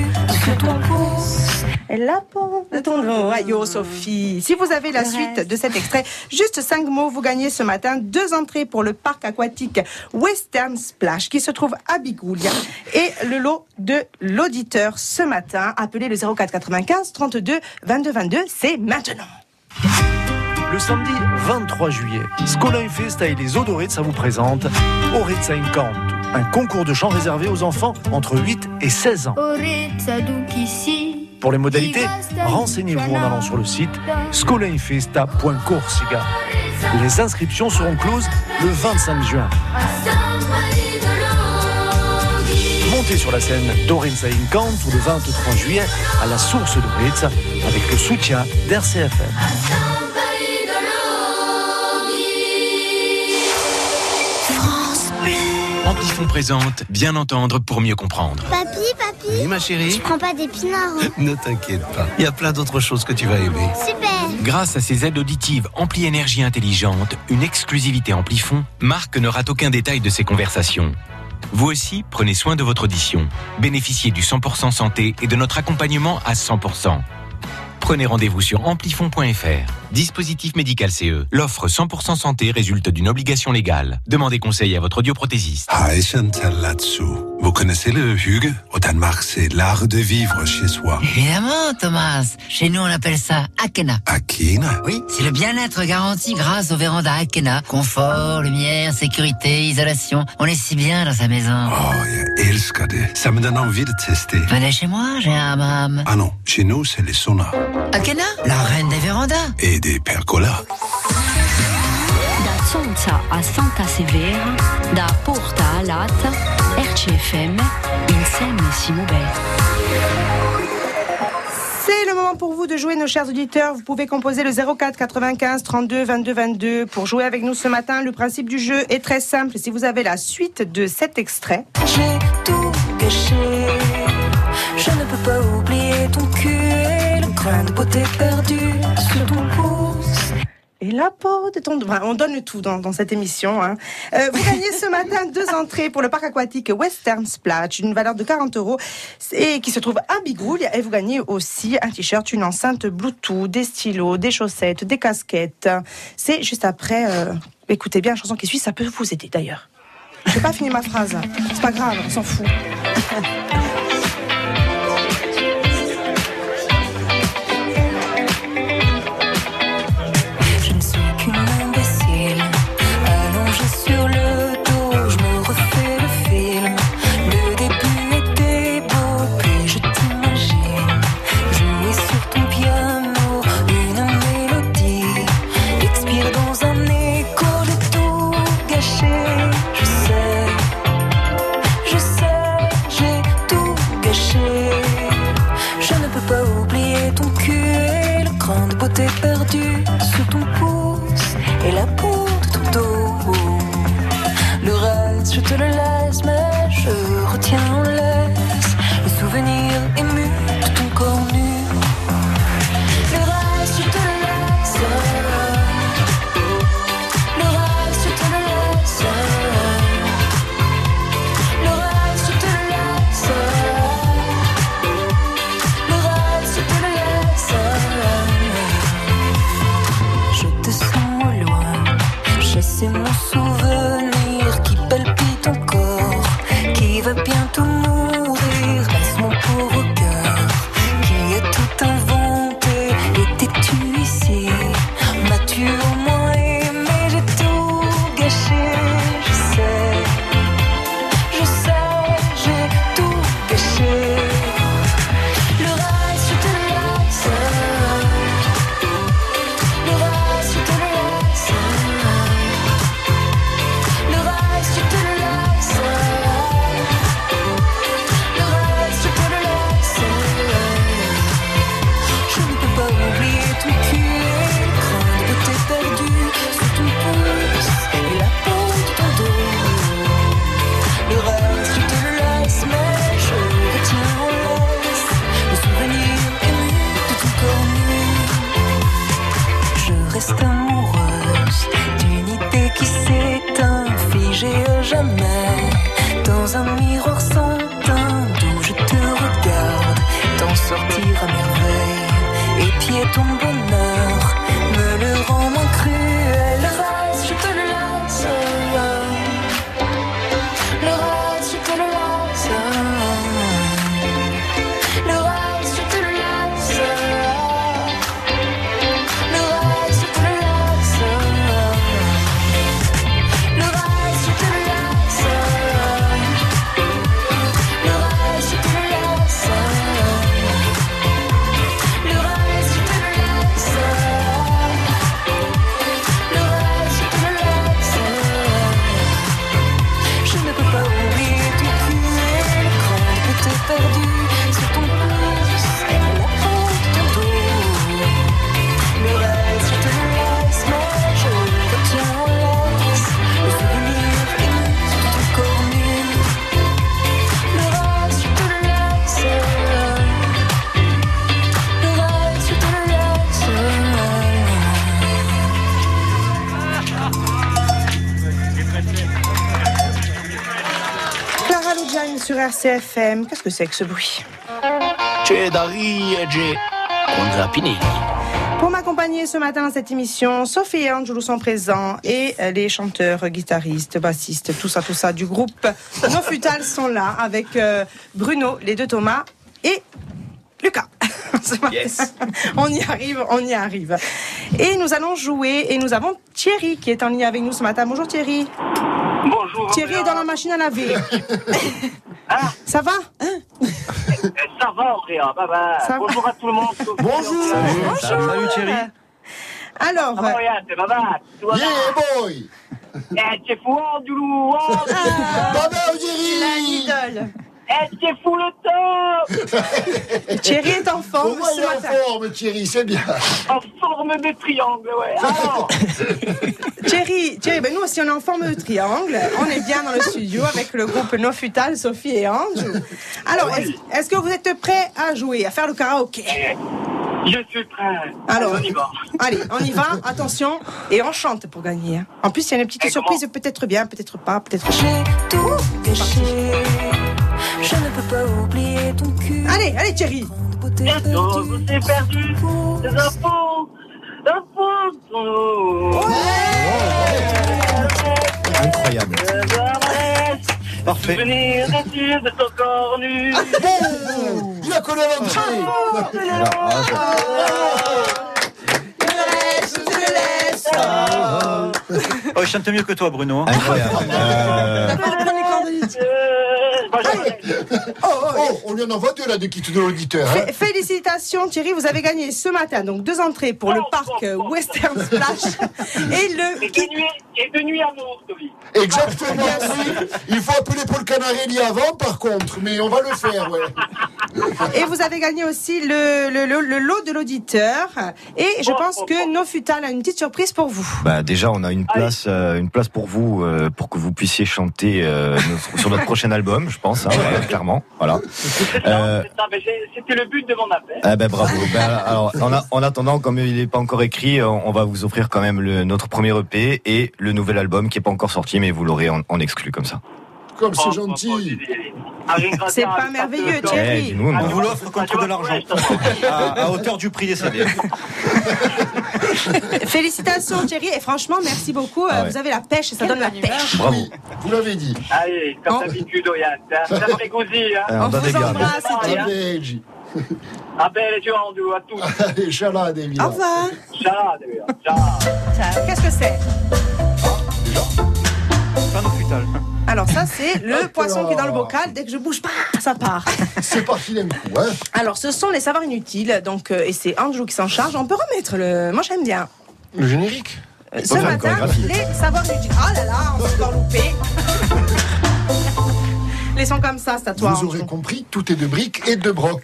Speaker 2: sous ton pouce.
Speaker 4: lapin de ton devant. Aïe, Sophie. Si vous avez la
Speaker 12: Le
Speaker 4: suite
Speaker 12: reste.
Speaker 4: de cet extrait, juste cinq mots, vous gagnez ce matin deux entrées pour le parc aquatique Western Splash qui se trouve à Bigoulia et le lot de l'auditeur ce matin. Appelez le 04 95 32 22 22. C'est maintenant.
Speaker 20: Le samedi 23 juillet, Scolin Festa et les Odorets, ça vous présente Orezza Incanto, un concours de chant réservé aux enfants entre 8 et 16 ans. Pour les modalités, renseignez-vous en allant sur le site scolinfesta.corsica. Les inscriptions seront closes le 25 juin. Montez sur la scène d'Orenza Incanto le 23 juillet à la source d'Orenza avec le soutien d'RCFM.
Speaker 21: Amplifon présente, bien entendre pour mieux comprendre.
Speaker 14: Papi, papi.
Speaker 21: Oui, ma chérie.
Speaker 14: Tu prends pas des pinards. hein
Speaker 21: Ne t'inquiète pas, il y a plein d'autres choses que tu vas aimer.
Speaker 14: Super.
Speaker 21: Grâce à ses aides auditives Ampli Énergie Intelligente, une exclusivité Amplifon, Marc ne rate aucun détail de ses conversations. Vous aussi, prenez soin de votre audition. Bénéficiez du 100% santé et de notre accompagnement à 100%. Prenez rendez-vous sur amplifon.fr. Dispositif médical CE. L'offre 100% santé résulte d'une obligation légale. Demandez conseil à votre audioprothésiste.
Speaker 22: Hi, Chantal là-dessous. Vous connaissez le Hugues Au Danemark, c'est l'art de vivre chez soi.
Speaker 23: Évidemment, Thomas. Chez nous, on appelle ça Akena.
Speaker 22: Akina
Speaker 23: Oui, c'est le bien-être garanti grâce aux vérandas Akena. Confort, lumière, sécurité, isolation. On est si bien dans sa maison.
Speaker 22: Oh, je älskar det. Ça me donne envie de tester.
Speaker 23: Venez chez moi, j'ai un hammam.
Speaker 22: Ah non, chez nous, c'est les saunas.
Speaker 23: Akena, la reine des vérandas.
Speaker 22: Et des percolas.
Speaker 24: Da Zonza a Santa Severa, da Porta a Lata, RCFM, insieme si
Speaker 4: C'est le moment pour vous de jouer, nos chers auditeurs. Vous pouvez composer le 04 95 32 22 22 pour jouer avec nous ce matin. Le principe du jeu est très simple. Si vous avez la suite de cet extrait,
Speaker 25: J'ai tout gâché. Je ne peux pas oublier ton cul et le grain de beauté perdu sur ton cou.
Speaker 4: et la peau de ton... Enfin, on donne tout dans, dans cette émission. hein. Euh, vous gagnez ce matin deux entrées pour le parc aquatique Western Splash, une valeur de 40 euros, et qui se trouve à Bigouille. Et vous gagnez aussi un t-shirt, une enceinte Bluetooth, des stylos, des chaussettes, des casquettes. C'est juste après... euh, Écoutez bien la chanson qui suit, ça peut vous aider d'ailleurs. Je n'ai pas fini ma phrase. hein. C'est pas grave, on s'en fout.
Speaker 25: Je ne suis qu'une imbécile. Allongée sur le dos, je me refais le film. Le début était beau, puis je t'imagine. Jouer sur ton piano une mélodie. Expire dans un écho, j'ai tout gâché. Je sais, je sais, j'ai tout gâché. Je ne peux pas oublier ton cul et le grain de beauté perdu sur ton pouce et la peau de ton dos. Le reste, je te le laisse, mais je retiens en laisse le souvenir ému de ton corps nu. Le reste, je te le laisse. Le reste, je te le laisse. Le reste, je te le laisse. Le reste de la seule. Je te sens au loin, j'essaie mon souvenir qui palpite encore, qui va bientôt mourir. Laisse mon pauvre cœur qui a tout inventé. Étais-tu ici? M'as-tu au moins aimé? J'ai tout gâché, je sais, je sais, j'ai tout gâché. Le reste, je te le laisse. Le reste, je te le laisse. Le reste, je te le laisse. Le reste, je te le laisse. Je ne peux pas oublier ton cul. Grande beauté perdue sur ton pouce et la peau de ton dos. Le reste, je te le laisse, mais je retiens en laisse le souvenir ému de ton corps nu. Je reste amoureuse d'une idée qui s'éteint, figée à jamais, dans un miroir sans teint, d'où je te regarde, t'en sortir à merveille.
Speaker 5: pitié, ton bonheur me le rend moins cruel. Le reste, je te le laisse. Le reste, je te le laisse. Le reste, je te le laisse. Le reste, je te le laisse. Le reste, je te le laisse. Le reste, je te le laisse. Le reste, je te le laisse. Le reste, je te le laisse. Je ne peux pas oublier ton cruel grand côté perdu sur ton pouce, la honte de ton dos. Le reste, je te le laisse, mais je le retiens en laisse. Le souvenir est de ton corps nu. Le reste, je te le laisse. Le reste, je te le
Speaker 4: Clara Lujan sur RCFM. Qu'est-ce que c'est que ce bruit
Speaker 8: C'è da riegge con Zappinelli.
Speaker 4: Pour m'accompagner ce matin à cette émission, Sophie et Angelou sont présents et euh, les chanteurs, guitaristes, bassistes, tout ça, tout ça du groupe Non Futal sont là avec euh, Bruno, les deux Thomas et Lucas. Ce matin. on y arrive, on y arrive. Et nous allons jouer et nous avons Thierry qui est en ligne avec nous ce matin. Bonjour Thierry. Bonjour. Thierry est dans la machine à laver. ça va
Speaker 11: Ah.
Speaker 4: hein
Speaker 11: Eh, Ça va, Andrea bah, bah.
Speaker 4: Ça va.
Speaker 11: Bonjour à tout le monde.
Speaker 4: Bonjour. Bonjour.
Speaker 11: Salut, Thierry.
Speaker 4: Alors.
Speaker 11: Ah, ouais, c'est pas mal. Tout va
Speaker 4: Yeah,
Speaker 11: bien. Eh, t'es fou, Andoulou.
Speaker 4: Ah.
Speaker 11: Pas mal, Thierry.
Speaker 4: La l'idole.
Speaker 11: Eh, t'es fou le temps.
Speaker 4: Thierry est en forme
Speaker 11: Au moins,
Speaker 4: ce
Speaker 11: il est en
Speaker 4: matin.
Speaker 11: forme, Thierry, c'est bien. En forme de triangle, ouais. hein. Alors,
Speaker 4: Thierry, Thierry ben nous aussi on est en forme de triangle. On est bien dans le studio avec le groupe No Futal, Sophie et Ange. Alors, est-ce est-ce que vous êtes prêts à jouer, à faire le karaoké
Speaker 11: je suis prêt.
Speaker 4: Alors,
Speaker 11: on y va.
Speaker 4: Allez, on y va, attention, et on chante pour gagner. hein. En plus, il y a une petite surprise, peut-être bien, peut-être pas, peut-être
Speaker 5: tout gâché. Je ne peux pas oublier ton cul.
Speaker 4: Allez, allez Thierry.
Speaker 11: T'es perdu. T'es un fou. Un fou.
Speaker 3: Incroyable.
Speaker 11: Parfait. Venir dessus de ton corps nu. Ah, oh, Il a collé
Speaker 7: Oh, il chante mieux que toi, Bruno. hein.
Speaker 4: Euh,
Speaker 11: Euh,
Speaker 8: Oh, on lui en envoie deux là de quitte de l'auditeur. hein.
Speaker 4: Fé- Félicitations Thierry, vous avez gagné ce matin donc deux entrées pour le
Speaker 11: Oh,
Speaker 4: parc euh, Western Splash et le
Speaker 11: Et de nuit à mort,
Speaker 8: Exactement. oui. Il faut appeler Paul Canarelli avant, par contre, mais on va le faire, ouais.
Speaker 4: Et vous avez gagné aussi le, le- le- le lot de l'auditeur. Et je
Speaker 11: Oh,
Speaker 4: pense que Nofutal a une petite surprise pour vous.
Speaker 3: Bah déjà, on a une place, euh, une place pour vous, euh, pour que vous puissiez chanter euh, notre- sur notre prochain album, je pense, hein, voilà, clairement. Voilà. Euh,
Speaker 11: Non, mais c'est- C'était le but de mon appel.
Speaker 3: ah ben bravo. Ben, alors, en, a- en attendant, comme il n'est pas encore écrit, euh, on, on va vous offrir quand même le- notre premier EP et le nouvel album qui est pas encore sorti, mais vous l'aurez en, en exclu comme ça.
Speaker 8: Comme
Speaker 11: Oh,
Speaker 8: c'est gentil.
Speaker 4: C'est pas merveilleux,
Speaker 3: Eh,
Speaker 4: Thierry.
Speaker 3: dis-nous,
Speaker 7: On vous l'offre contre de l'argent. À, à hauteur du prix des CD.
Speaker 4: Félicitations, Thierry. Et franchement, merci beaucoup.
Speaker 11: Ah
Speaker 4: Euh,
Speaker 11: ouais.
Speaker 4: Vous avez la pêche et ça donne la pêche.
Speaker 3: Bravo.
Speaker 8: Vous l'avez dit.
Speaker 11: Allez, comme d'habitude, Oyat. hein. Ça me dégousille, hein.
Speaker 8: Eh, on On donne vous des gammes. embrasse,
Speaker 11: Ah,
Speaker 8: Thierry.
Speaker 11: hein. Ah ben, les gens, on doit à tous.
Speaker 8: Allez, Chala, David.
Speaker 4: Au revoir.
Speaker 11: Chala, David. Chala.
Speaker 4: Ça, Qu'est-ce que c'est Alors ça, c'est le poisson qui est dans le bocal. Dès que je bouge, pas, ça part.
Speaker 8: C'est parti d'un coup. Hein.
Speaker 4: Alors, ce sont les savoirs inutiles. Donc, euh, et c'est Andrew qui s'en charge. On peut remettre le. Moi, j'aime bien.
Speaker 8: Le générique
Speaker 4: Euh, Ce matin, les savoirs inutiles. Oh là là, on s'est encore loupé. Laissons comme ça, c'est à toi.
Speaker 8: Vous aurez compris, tout est de briques et de broc.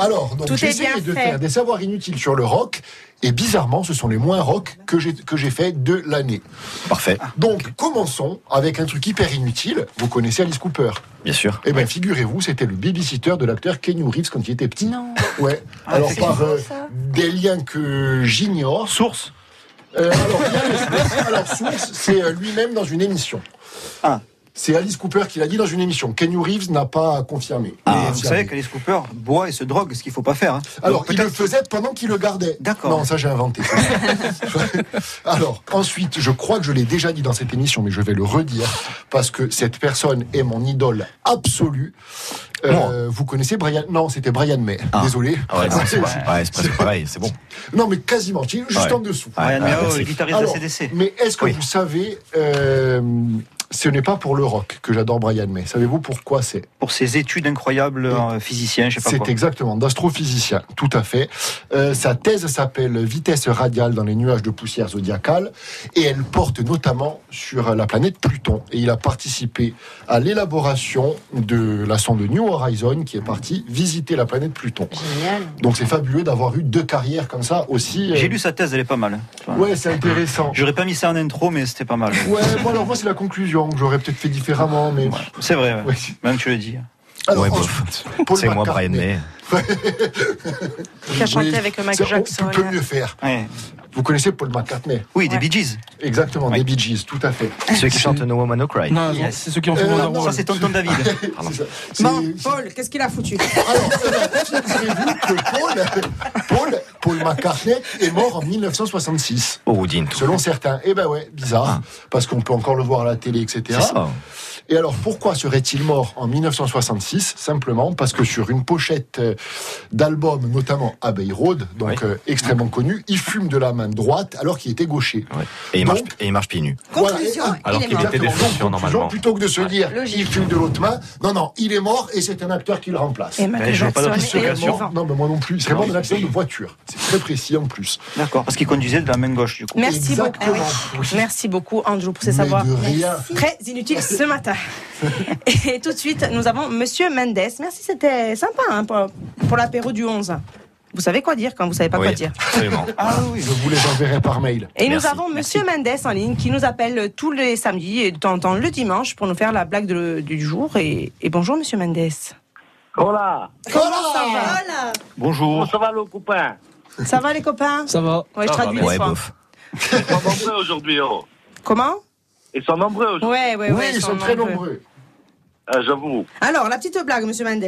Speaker 8: Alors, donc
Speaker 4: Tout est
Speaker 8: j'ai
Speaker 4: bien
Speaker 8: essayé de
Speaker 4: fait.
Speaker 8: faire des savoirs inutiles sur le rock, et bizarrement, ce sont les moins rock que j'ai que j'ai fait de l'année.
Speaker 3: Parfait.
Speaker 8: Donc, commençons avec un truc hyper inutile. Vous connaissez Alice Cooper
Speaker 3: Bien sûr.
Speaker 8: Eh bien, figurez-vous, c'était le babysitter de l'acteur Kenny Reeves quand il était petit. Non. Ouais.
Speaker 20: Ah,
Speaker 8: alors,
Speaker 20: c'est
Speaker 8: par
Speaker 20: fou,
Speaker 8: euh,
Speaker 20: ça.
Speaker 8: des liens que j'ignore. Source euh,
Speaker 3: Ah.
Speaker 8: alors, il y a les sources. alors, source, c'est euh, lui-même dans une émission. C'est Alice Cooper qui l'a dit dans une émission. Kenny Reeves n'a pas confirmé.
Speaker 7: Ah,
Speaker 8: Mais
Speaker 7: vous
Speaker 8: confirmé.
Speaker 7: savez qu'Alice Cooper boit et se drogue, ce qu'il faut pas faire. hein.
Speaker 8: Alors,
Speaker 7: Donc,
Speaker 8: il
Speaker 7: peut-être-
Speaker 8: le faisait pendant qu'il le gardait. D'accord. Non, ça j'ai inventé. Alors, ensuite, je crois que je l'ai déjà dit dans cette émission, mais je vais le redire, parce que cette personne est mon idole absolue. Euh, vous connaissez Brian Non, c'était Brian May.
Speaker 3: Ah.
Speaker 8: Désolé.
Speaker 3: Ah ouais, non, c'est ouais, c'est presque pareil, c'est bon.
Speaker 8: Non, mais quasiment, tu- juste
Speaker 3: Ouais.
Speaker 8: en dessous.
Speaker 3: Brian Ah,
Speaker 7: oh,
Speaker 3: May, merci. le guitariste
Speaker 8: Alors,
Speaker 3: d'ACDC.
Speaker 8: Mais est-ce que vous savez, euh, ce n'est pas pour le rock que j'adore Brian May. Savez-vous pourquoi c'est
Speaker 7: Pour ses études incroyables, en physicien, je sais pas
Speaker 8: c'est
Speaker 7: quoi.
Speaker 8: exactement, d'astrophysicien, tout à fait. Euh, sa thèse s'appelle Vitesse radiale dans les nuages de poussière zodiacale et elle porte notamment sur la planète Pluton. Et il a participé à l'élaboration de la sonde New Horizon qui est partie visiter la planète Pluton.
Speaker 6: Génial.
Speaker 8: Donc c'est fabuleux d'avoir eu deux carrières comme ça aussi. euh,
Speaker 7: J'ai lu sa thèse, elle est pas mal.
Speaker 8: Ouais, c'est intéressant.
Speaker 7: J'aurais pas mis ça en intro, mais c'était pas mal.
Speaker 8: Ouais, bon, alors moi c'est la conclusion que j'aurais peut-être fait différemment, mais.
Speaker 7: C'est vrai, ouais.
Speaker 8: Ouais.
Speaker 7: même tu le dis.
Speaker 8: Alors,
Speaker 7: Ouais,
Speaker 8: ensuite, Paul
Speaker 7: c'est moi,
Speaker 8: McCartney.
Speaker 7: Brian
Speaker 4: Qui a chanté avec Michael
Speaker 8: c'est-
Speaker 4: Jackson.
Speaker 8: On peut mieux faire. Vous connaissez Paul McCartney
Speaker 7: Oui, des Bee Gees.
Speaker 8: Exactement, des Bee Gees, tout à fait.
Speaker 3: Ceux qui chantent No Woman No Cry.
Speaker 8: Non, Yes. c'est ceux qui ont fait
Speaker 3: Euh,
Speaker 8: Wonder Woman.
Speaker 3: non,
Speaker 8: Ça, c'est Tonton David.
Speaker 3: Pardon.
Speaker 4: Bon, Paul, qu'est-ce qu'il a foutu
Speaker 8: Alors, figurez-vous que Paul, Paul, Paul McCartney est mort en 1966.
Speaker 3: Oh, Odin.
Speaker 8: Selon certains. Eh ben ouais, bizarre. Parce qu'on peut encore le voir à la télé, etc.
Speaker 3: C'est ça.
Speaker 8: Et alors, pourquoi serait-il mort en 1966 Simplement parce que sur une pochette euh, d'album, notamment Abbey Road, donc euh, extrêmement connu, il fume de la main droite alors qu'il était gaucher.
Speaker 3: Et il,
Speaker 8: Donc,
Speaker 3: marche, et il marche pieds nus.
Speaker 8: voilà,
Speaker 6: Conclusion,
Speaker 8: et-
Speaker 3: Ah,
Speaker 6: il Alors est qu'il mort. était
Speaker 8: Exactement.
Speaker 3: déficient,
Speaker 8: Donc,
Speaker 3: normalement.
Speaker 8: Plutôt que de se dire, il fume de l'autre main, non, non, il est mort et c'est un acteur qui le remplace.
Speaker 7: Et Michael Ben, j'aurais pas d'autre
Speaker 8: Il serait
Speaker 7: explication.
Speaker 8: mort- Non, mais moi non plus. Il serait
Speaker 7: Non.
Speaker 3: Ah
Speaker 8: mort d'un accident de voiture. C'est très précis en plus.
Speaker 7: D'accord, parce qu'il conduisait de la main gauche, du coup.
Speaker 4: Merci beaucoup. Ah
Speaker 8: Exactement.
Speaker 4: Merci beaucoup, Andrew, pour ces
Speaker 7: Mais
Speaker 4: savoirs
Speaker 7: de rien.
Speaker 4: très inutiles ce matin. Et tout de suite, nous avons Monsieur Mendes. Merci, c'était sympa hein, pour, pour l'apéro du 11. Vous savez quoi dire quand vous savez pas quoi dire.
Speaker 3: Absolument.
Speaker 8: Ah Je vous les enverrai par mail.
Speaker 4: Et nous avons Monsieur Mendes en ligne qui nous appelle tous les samedis et de temps en temps le dimanche pour nous faire la blague de- du jour. Et, et bonjour Monsieur Mendes.
Speaker 11: Hola.
Speaker 4: Comment ça va
Speaker 11: Bonjour. Comment ça va, le copain
Speaker 4: Ça va les copains
Speaker 1: Oh. Ça va.
Speaker 4: Ouais, je traduis des fois.
Speaker 11: Ils sont nombreux aujourd'hui, oh.
Speaker 4: Comment
Speaker 11: Ils sont nombreux aujourd'hui.
Speaker 4: Ouais, ouais, ouais, ils sont nombreux.
Speaker 11: Ah, J'avoue.
Speaker 4: Alors, la petite blague, Monsieur Mendes.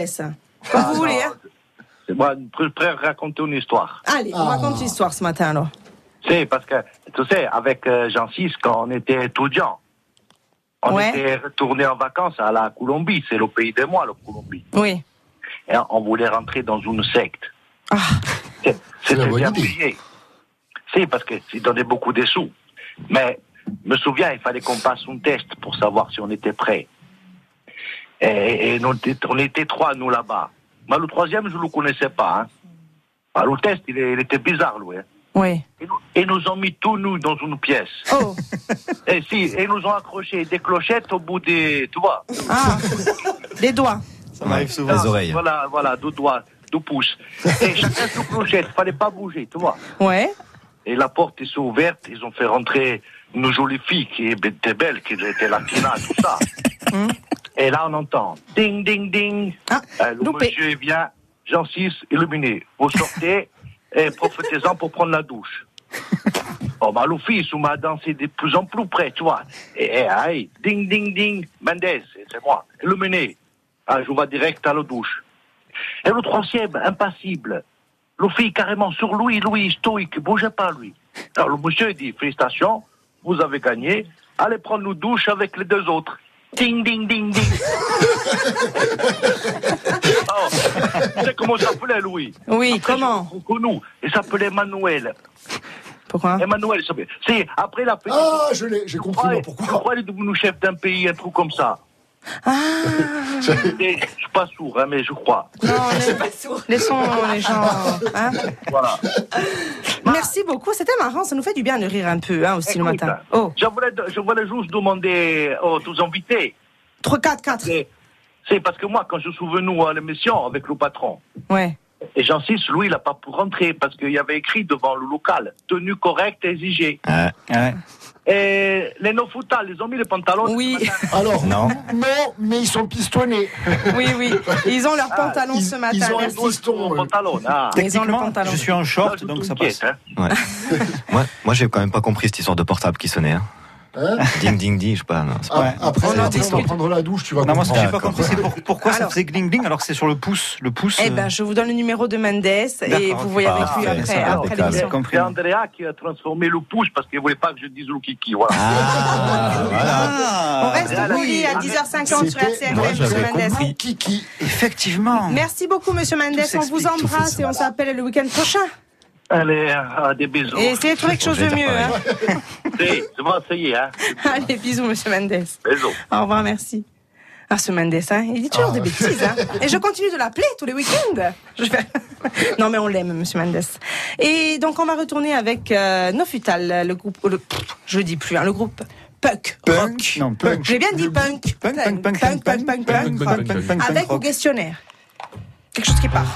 Speaker 4: Comme
Speaker 11: Ah,
Speaker 4: vous voulez.
Speaker 11: non.
Speaker 4: hein.
Speaker 11: C'est Moi, je préfère raconter une histoire.
Speaker 4: Allez,
Speaker 7: Ah.
Speaker 4: on raconte l'histoire ce matin alors.
Speaker 11: C'est parce que, tu sais, avec euh, Jean 6, quand on était étudiant, on
Speaker 4: Ouais.
Speaker 11: était retourné en vacances à la Colombie. C'est le pays des mois, la Colombie.
Speaker 4: Oui.
Speaker 11: Et Hein, on voulait rentrer dans une secte. C'est- C'était bien payé. C'est parce qu'ils donnaient beaucoup de sous. Mais je me souviens, il fallait qu'on passe un test pour savoir si on était prêt. Et, et nous, on était- on était trois, nous, là-bas. Mais le troisième, je ne le connaissais pas. hein. Ah, le test, il, est- il était bizarre, lui. hein.
Speaker 4: Oui.
Speaker 11: Ils nous- Ils nous ont mis tous nous dans une pièce. Et si, et ils nous ont accroché des clochettes au bout des, tu vois.
Speaker 4: Ah, les doigts.
Speaker 11: Ça
Speaker 3: m'arrive souvent. Des oreilles.
Speaker 11: Voilà, voilà, deux doigts, deux pouces. Et chacun sous clochette, fallait pas bouger, tu vois.
Speaker 4: Ouais.
Speaker 11: Et la porte est ouverte, ils ont fait rentrer une jolie fille qui était belle, qui était latina, tout ça. Et là, on entend ding, ding, ding. Euh, le monsieur est bien, Jean 6, illuminé. Vous sortez et profitez-en pour prendre la douche. Bon, bah, le fils, on m'a dansé de plus en plus près, tu vois. Et, et, aïe, ding, ding, ding, Mendez, c'est moi, illuminé. Ah, je vais direct à la douche. Et le troisième, impassible. Le fille carrément sur lui, lui stoïque, bougeait pas lui. Alors le monsieur il dit félicitations, vous avez gagné, allez prendre une douche avec les deux autres. Ding ding ding ding. oh, tu sais comment il s'appelait Louis
Speaker 4: Oui, comment
Speaker 11: Connu. Il s'appelait Manuel.
Speaker 4: Pourquoi
Speaker 11: Emmanuel, il s'appelait. c'est après la
Speaker 8: Ah, je l'ai, j'ai compris moi, pourquoi.
Speaker 11: Pourquoi il est devenu chef d'un pays, un truc comme ça Et Je suis pas sourd, hein, mais je crois.
Speaker 4: Non, laissons- laissons les gens. hein.
Speaker 11: Voilà.
Speaker 4: Merci beaucoup, c'était marrant, ça nous fait du bien de rire un peu hein, aussi le
Speaker 11: Écoute,
Speaker 4: matin.
Speaker 11: Je, voulais, je voulais juste demander aux tous invités.
Speaker 4: 3, 4, 4.
Speaker 11: C'est parce que moi, quand je suis venu à l'émission avec le patron,
Speaker 7: hein.
Speaker 4: Ouais.
Speaker 11: et j'insiste, lui, il n'a pas pu rentrer parce qu'il y avait écrit devant le local tenue correcte exigée.
Speaker 4: Ah.
Speaker 11: Et les no ils ont mis les pantalons.
Speaker 4: Oui.
Speaker 8: Alors,
Speaker 3: non.
Speaker 8: Ah, Non, mais ils sont pistonnés.
Speaker 4: Oui, oui. Ils ont leurs pantalons ce matin.
Speaker 8: Ah, Ils ont un
Speaker 4: merci.
Speaker 8: piston.
Speaker 4: Ils ont Ah. le
Speaker 7: Techniquement,
Speaker 4: pantalon. Ah,
Speaker 7: je suis en short, donc ça passe.
Speaker 3: Ouais. moi, moi j'ai quand même pas compris cette histoire de portable qui sonnait. hein.
Speaker 8: Hein
Speaker 3: Ding ding ding, je sais pas. non, c'est pas-
Speaker 8: Ah, Après,
Speaker 7: On en
Speaker 8: après, on va
Speaker 7: discute.
Speaker 8: prendre la douche, tu vas
Speaker 7: Non, moi, ce que j'ai pas
Speaker 8: comprendre.
Speaker 7: compris, c'est pour- pourquoi ça faisait gling gling alors que c'est sur le pouce. Le pouce.
Speaker 4: Eh ben,
Speaker 7: euh,
Speaker 4: je vous donne le numéro de Mendes et
Speaker 7: D'accord,
Speaker 4: vous
Speaker 7: ok.
Speaker 4: voyez avec lui
Speaker 7: Parfait, ça
Speaker 4: après, hein.
Speaker 7: va,
Speaker 4: après
Speaker 7: impeccable.
Speaker 4: l'émission.
Speaker 11: C'est Andrea qui a transformé le pouce parce qu'il voulait pas que je dise le kiki. Voilà.
Speaker 4: Ah,
Speaker 11: Ah.
Speaker 4: On reste
Speaker 11: Andrea,
Speaker 4: poli
Speaker 7: Ah,
Speaker 4: à 10h50 sur RCFM, monsieur Mendes. Oh.
Speaker 8: Kiki.
Speaker 7: Effectivement.
Speaker 4: Merci beaucoup, monsieur Mendes.
Speaker 7: Tout
Speaker 4: On
Speaker 7: s'explique,
Speaker 4: vous
Speaker 7: tout
Speaker 4: embrasse et on s'appelle le week-end prochain.
Speaker 11: Allez, ah, des bisous.
Speaker 4: Et essayez de
Speaker 7: Oh,
Speaker 4: trouver quelque chose de mieux. hein.
Speaker 11: Si, je vais essayer. Hein.
Speaker 4: Allez, bisous, monsieur Mendes.
Speaker 11: Bisous.
Speaker 4: Au revoir, merci. Ah, ce Mendes, hein, il dit toujours des bêtises. hein. Et je continue de l'appeler tous les week-ends. Je vais- non, mais on l'aime, monsieur Mendes. Et donc, on va retourner avec euh, Nofutal, le groupe. Le, pff, je dis plus, hein, le groupe Punk.
Speaker 7: Punk. Non, punk.
Speaker 4: J'ai bien dit punk. Punk, punk, punk, punk, punk, punk,
Speaker 7: punk, punk, punk, punk,
Speaker 4: Avec
Speaker 7: punk
Speaker 4: au
Speaker 7: rock.
Speaker 4: questionnaire. Quelque chose qui part.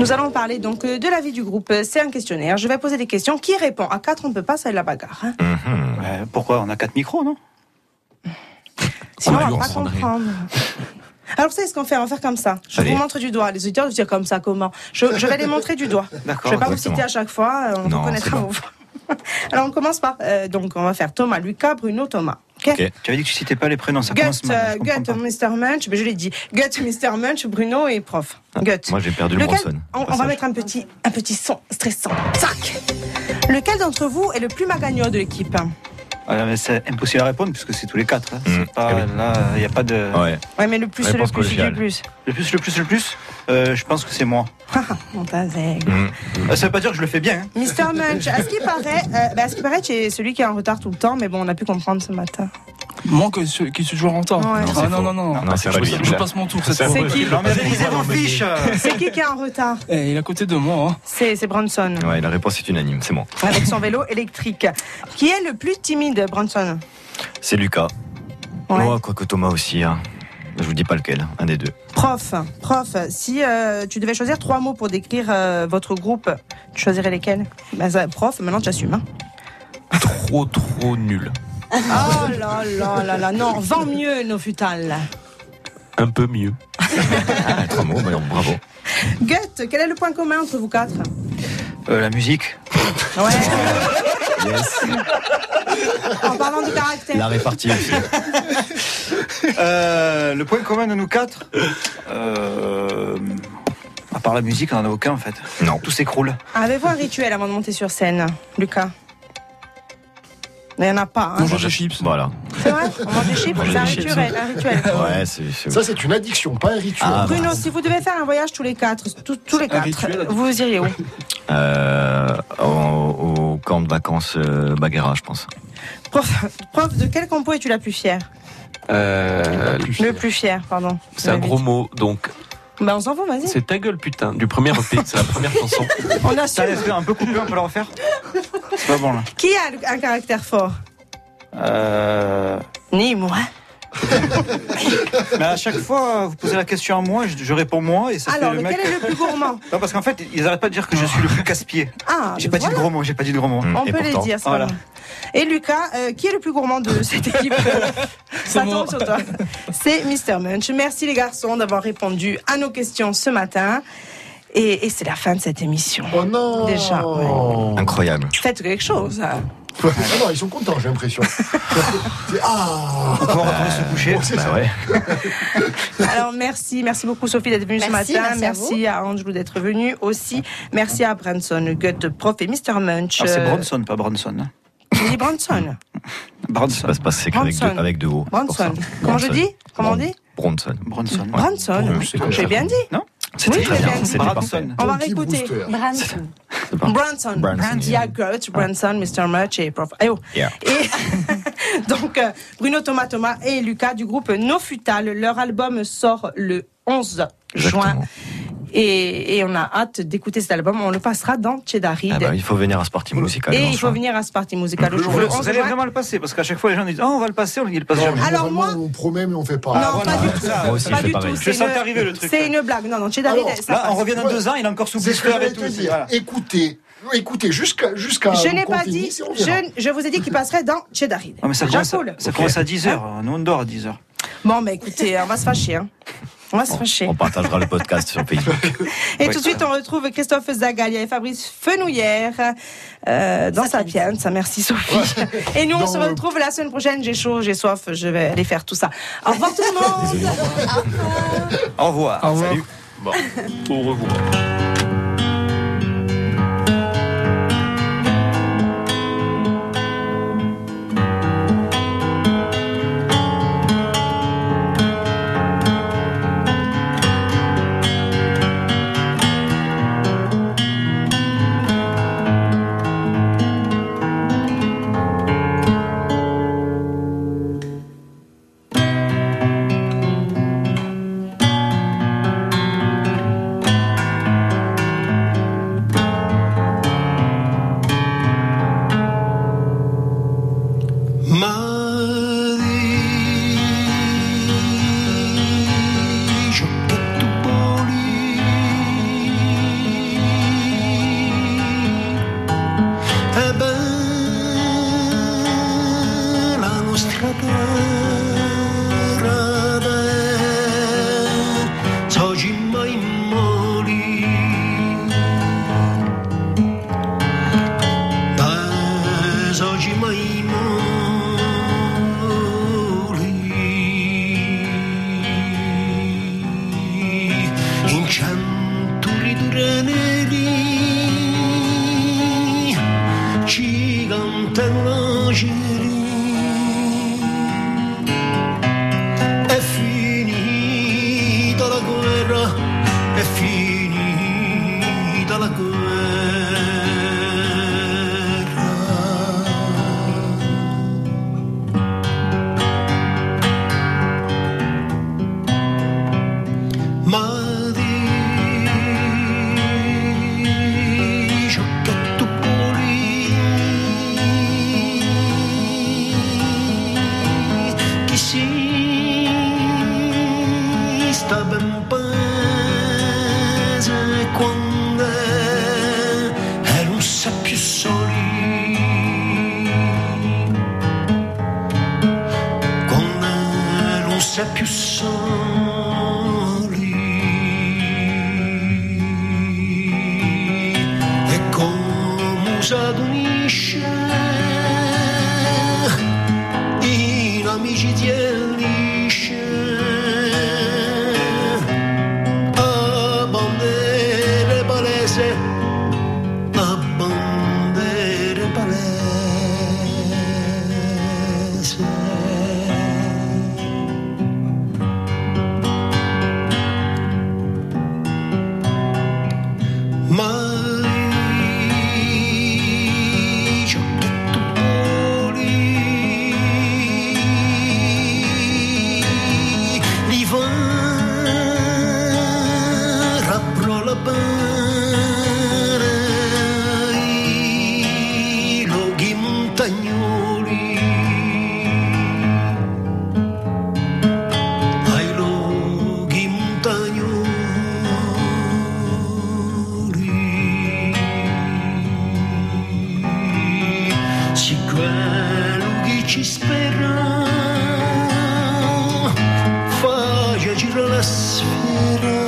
Speaker 4: Nous allons parler donc euh, de la vie du groupe. C'est un questionnaire. Je vais poser des questions. Qui répond À 4, on ne peut pas, ça va être la bagarre. hein.
Speaker 3: Mhm.
Speaker 7: Ouais, pourquoi On a quatre micros, non Ah,
Speaker 4: Sinon,
Speaker 3: Ah,
Speaker 4: on ne va pas comprendre. Alors, vous savez ce qu'on fait On va faire comme ça. Je
Speaker 7: Allez.
Speaker 4: vous montre du doigt. Les auditeurs vont se dire comme ça, comment je, je vais les montrer du doigt. Je ne vais
Speaker 7: D'accord,
Speaker 4: pas vous
Speaker 7: exactement.
Speaker 4: citer à chaque fois. euh, On
Speaker 7: Non,
Speaker 4: reconnaîtra
Speaker 7: c'est
Speaker 4: vos voix. Alors, on commence par. euh, donc, on va faire Thomas, Lucas, Bruno, Thomas. Ok
Speaker 7: Tu avais dit que tu citais pas les prénoms, ça
Speaker 4: Gut,
Speaker 7: commence
Speaker 4: euh,
Speaker 7: mal.
Speaker 4: Gut, Mr. Munch, mais je l'ai dit. Gut, Mr. Munch, Bruno et prof. Gut.
Speaker 3: Moi, j'ai perdu le
Speaker 4: Lequel-
Speaker 3: Bronson,
Speaker 4: On, on va mettre un petit, un petit son stressant. Tac Lequel d'entre vous est le plus magagneux de l'équipe
Speaker 7: Ah, mais c'est impossible à répondre puisque c'est tous les quatre. hein. C'est pas, Là, il n'y a pas de.
Speaker 3: Mhm. Eh Ouais.
Speaker 4: Ouais, mais le plus, le plus, je dis le plus.
Speaker 7: Le plus, le plus, le plus, euh, je pense que c'est moi.
Speaker 4: Mon eh, tazègue.
Speaker 3: Mhm.
Speaker 7: Ah, Ça veut pas dire que je le fais bien. hein.
Speaker 4: Mr. Munch, à ce qui paraît, euh, bah, à ce qui paraît, tu es celui qui est en retard tout le temps, mais bon, on a pu comprendre ce matin.
Speaker 1: Moi qui suis qui suis toujours en retard.
Speaker 4: Ouais. Non, c'est
Speaker 1: Ah, non,
Speaker 4: faux.
Speaker 1: non, non,
Speaker 3: Non, c'est
Speaker 1: Je
Speaker 3: pas
Speaker 1: passe-
Speaker 3: lui.
Speaker 1: Je passe mon tour. cette
Speaker 3: C'est
Speaker 1: fois.
Speaker 3: qui Non, mais allez,
Speaker 7: on fiche.
Speaker 4: C'est qui qui est en retard
Speaker 1: Eh, il est à côté de moi. hein.
Speaker 4: C'est c'est Bronson,
Speaker 3: Ouais, la réponse est unanime, c'est moi.
Speaker 4: avec son vélo électrique. Qui est le plus timide, Bronson
Speaker 3: C'est Lucas.
Speaker 4: Ouais.
Speaker 3: Oh, quoique Thomas aussi. hein. Je vous dis pas lequel, un des deux.
Speaker 4: Prof, prof, si euh, tu devais choisir trois mots pour décrire euh, votre groupe, tu choisirais lesquels Bah, ça, Prof, maintenant j'assume. Hein.
Speaker 9: Trop, trop nul.
Speaker 4: Oh là là là là, non, vend mieux nos futales.
Speaker 9: Un peu mieux.
Speaker 3: Ah, trois mots, bah, bravo.
Speaker 4: Goethe, quel est le point commun entre vous quatre
Speaker 7: Euh, la musique.
Speaker 4: En parlant de caractère.
Speaker 3: La répartie aussi.
Speaker 7: Euh, le point commun de nous quatre euh, À part la musique, on n'en a aucun en fait.
Speaker 3: Non.
Speaker 7: Tout s'écroule.
Speaker 4: Avez-vous un rituel avant de monter sur scène, Lucas Il n'y en a pas. Hein.
Speaker 3: Bonjour, des chips. Voilà.
Speaker 4: C'est vrai On mange des chips,
Speaker 3: Manger
Speaker 4: c'est un
Speaker 3: des chips.
Speaker 4: rituel. Un rituel.
Speaker 3: Ouais, c'est. c'est-
Speaker 8: Ça, c'est une addiction, pas un rituel.
Speaker 3: Ah,
Speaker 4: Bruno, si vous devez faire un voyage tous les quatre, tous, tous les quatre,
Speaker 8: rituel,
Speaker 4: vous iriez où
Speaker 3: Euh, au, au camp de vacances euh, Baguera, je pense.
Speaker 4: prof, prof, de quel compo es-tu la plus fière
Speaker 9: Euh,
Speaker 4: Le plus fier, pardon.
Speaker 9: c'est un
Speaker 4: David.
Speaker 9: gros mot, donc
Speaker 4: Bah on s'en fout, vas-y.
Speaker 9: c'est ta gueule putain du premier EP, c'est la première chanson.
Speaker 4: On assume.
Speaker 7: Ça laisse faire un peu coupé, on peut la refaire C'est pas bon là.
Speaker 4: Qui a le- un caractère fort
Speaker 7: Euh,
Speaker 4: Ni moi.
Speaker 7: Mais à chaque fois, vous posez la question à moi, je, je réponds moi et ça
Speaker 4: Alors,
Speaker 7: fait le
Speaker 4: lequel
Speaker 7: mec.
Speaker 4: est le plus gourmand
Speaker 7: Non, parce qu'en fait, ils arrêtent pas de dire que je suis le plus casse-pied.
Speaker 4: Ah,
Speaker 7: J'ai
Speaker 4: ben
Speaker 7: pas dit
Speaker 4: voilà.
Speaker 7: de gros mots, j'ai pas dit de gros mots.
Speaker 3: Mm,
Speaker 4: On peut les dire, ça.
Speaker 7: Mm. Voilà.
Speaker 4: Et Lucas, euh, qui est le plus gourmand de cette équipe euh, Ça tombe
Speaker 7: moi.
Speaker 4: sur toi. C'est Mr. Munch. Merci les garçons d'avoir répondu à nos questions ce matin. Et, et c'est la fin de cette émission.
Speaker 8: Oh non
Speaker 4: Déjà. ouais.
Speaker 8: Oh.
Speaker 3: Incroyable.
Speaker 4: Faites quelque chose. hein.
Speaker 8: Ah non, ils sont contents, j'ai l'impression. C'est- ah
Speaker 7: On va retourner se coucher.
Speaker 3: Bah ouais.
Speaker 4: Alors merci, merci beaucoup Sophie d'être venue
Speaker 6: Merci,
Speaker 4: ce matin.
Speaker 6: merci à
Speaker 4: Merci à, Andrew d'être venu aussi. Merci à Branson, Goethe, Prof et Mr. Munch.
Speaker 7: Alors, Ah, c'est
Speaker 4: Euh,
Speaker 7: Bronson, pas Bronson. hein.
Speaker 4: Je dis Branson.
Speaker 7: Bronson.
Speaker 3: Ça se passe c'est qu'avec
Speaker 4: Bronson.
Speaker 3: deux, avec deux hauts. c'est pour ça.
Speaker 4: Branson. Comment je dis Comment on dit
Speaker 3: Bronson.
Speaker 7: Bronson.
Speaker 4: Branson.
Speaker 3: Oui, c'est comme
Speaker 4: J'ai
Speaker 3: ça.
Speaker 4: bien dit.
Speaker 7: Non
Speaker 3: C'était
Speaker 4: Oui,
Speaker 3: très
Speaker 4: j'ai
Speaker 3: bien,
Speaker 4: bien dit.
Speaker 3: c'était parfait.
Speaker 4: On va
Speaker 8: Donkey
Speaker 4: réécouter.
Speaker 8: Brewster.
Speaker 6: Branson.
Speaker 4: Branson.
Speaker 3: Branson, Ah.
Speaker 4: Il y a Goethe, Branson, Mr. Munch et Prof. Ayo.
Speaker 3: Yeah.
Speaker 4: Et donc, euh, Bruno Thomas Thomas et Lucas du groupe No Futal. Leur album sort le 11 juin.
Speaker 3: Exactement.
Speaker 4: Et, et on a hâte d'écouter cet album. On le passera dans Cheddarid.
Speaker 3: Ah bah, il faut venir à ce party musical.
Speaker 4: et
Speaker 3: en
Speaker 4: il faut
Speaker 3: juin.
Speaker 4: venir à ce party musical Bah, le,
Speaker 7: Vous,
Speaker 4: jour- le 11
Speaker 7: allez
Speaker 4: juin.
Speaker 7: vraiment le passer, parce qu'à chaque fois, les gens disent Oh, on va le passer, on ne le passe jamais.
Speaker 4: Alors,
Speaker 8: Normalement,
Speaker 4: moi-
Speaker 8: On promet, mais on fait pas.
Speaker 4: Non, pas du tout.
Speaker 7: Ça,
Speaker 3: Moi aussi,
Speaker 4: pas
Speaker 3: je fais
Speaker 4: du
Speaker 3: pareil.
Speaker 4: tout,
Speaker 7: Je
Speaker 4: c'est
Speaker 7: sens
Speaker 4: une-
Speaker 7: t'arriver, le truc.
Speaker 4: C'est une blague. Non, non, Cheddarid,
Speaker 8: Alors,
Speaker 4: ça
Speaker 7: Là, on
Speaker 4: passe.
Speaker 7: revient dans deux ans, il est encore sous
Speaker 8: C'est ce que
Speaker 7: bouffeur
Speaker 8: j'allais
Speaker 7: et
Speaker 8: te
Speaker 7: tout. c'est-
Speaker 8: dire.
Speaker 7: voilà.
Speaker 8: Écoutez, écoutez jusqu'à jusqu'à
Speaker 4: Je n'ai
Speaker 8: qu'on
Speaker 4: pas dit,
Speaker 8: finisse et on verra.
Speaker 4: je, je vous ai dit qu'il passerait dans Cheddarid.
Speaker 7: Non, Ah, mais ça
Speaker 4: Déjà
Speaker 7: commence, à,
Speaker 4: cool.
Speaker 7: ça commence à 10h. Nous, on dort à 10h.
Speaker 4: Bon, bah écoutez, on va se fâcher. hein. On va se fâcher.
Speaker 3: On partagera le podcast sur Facebook.
Speaker 4: Et tout de suite, on retrouve Christophe Zagalia et Fabrice Fenouillère euh, dans Sapiens. Merci Sophie. Et nous, on se retrouve la semaine prochaine. J'ai chaud, j'ai soif, je vais aller faire tout ça. Au revoir tout le monde.
Speaker 7: Au revoir.
Speaker 9: Au revoir. Salut. Bon, au revoir.
Speaker 2: Yo que tu por Eh ben, la nostra terra de oggi mai mori. Da oggi mai in centuri dureneri ci cantanageri è finita la guerra è finita la guerra Ma di ciò che tu puoi, chi si sta ben paese quando e non sa più soli, quando non sa più soli. E come s'adunisce in amicizia lisce a bandiere palese, a bandiere palese. Mai ciò che tu vuoi li farà prolabare i luoghi montagnoli ai luoghi montagnoli si quello che ci spera fai girare la sfera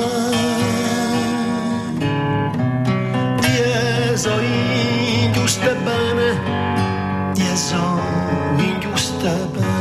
Speaker 2: Dieso in giusta bene Dieso in giusta bene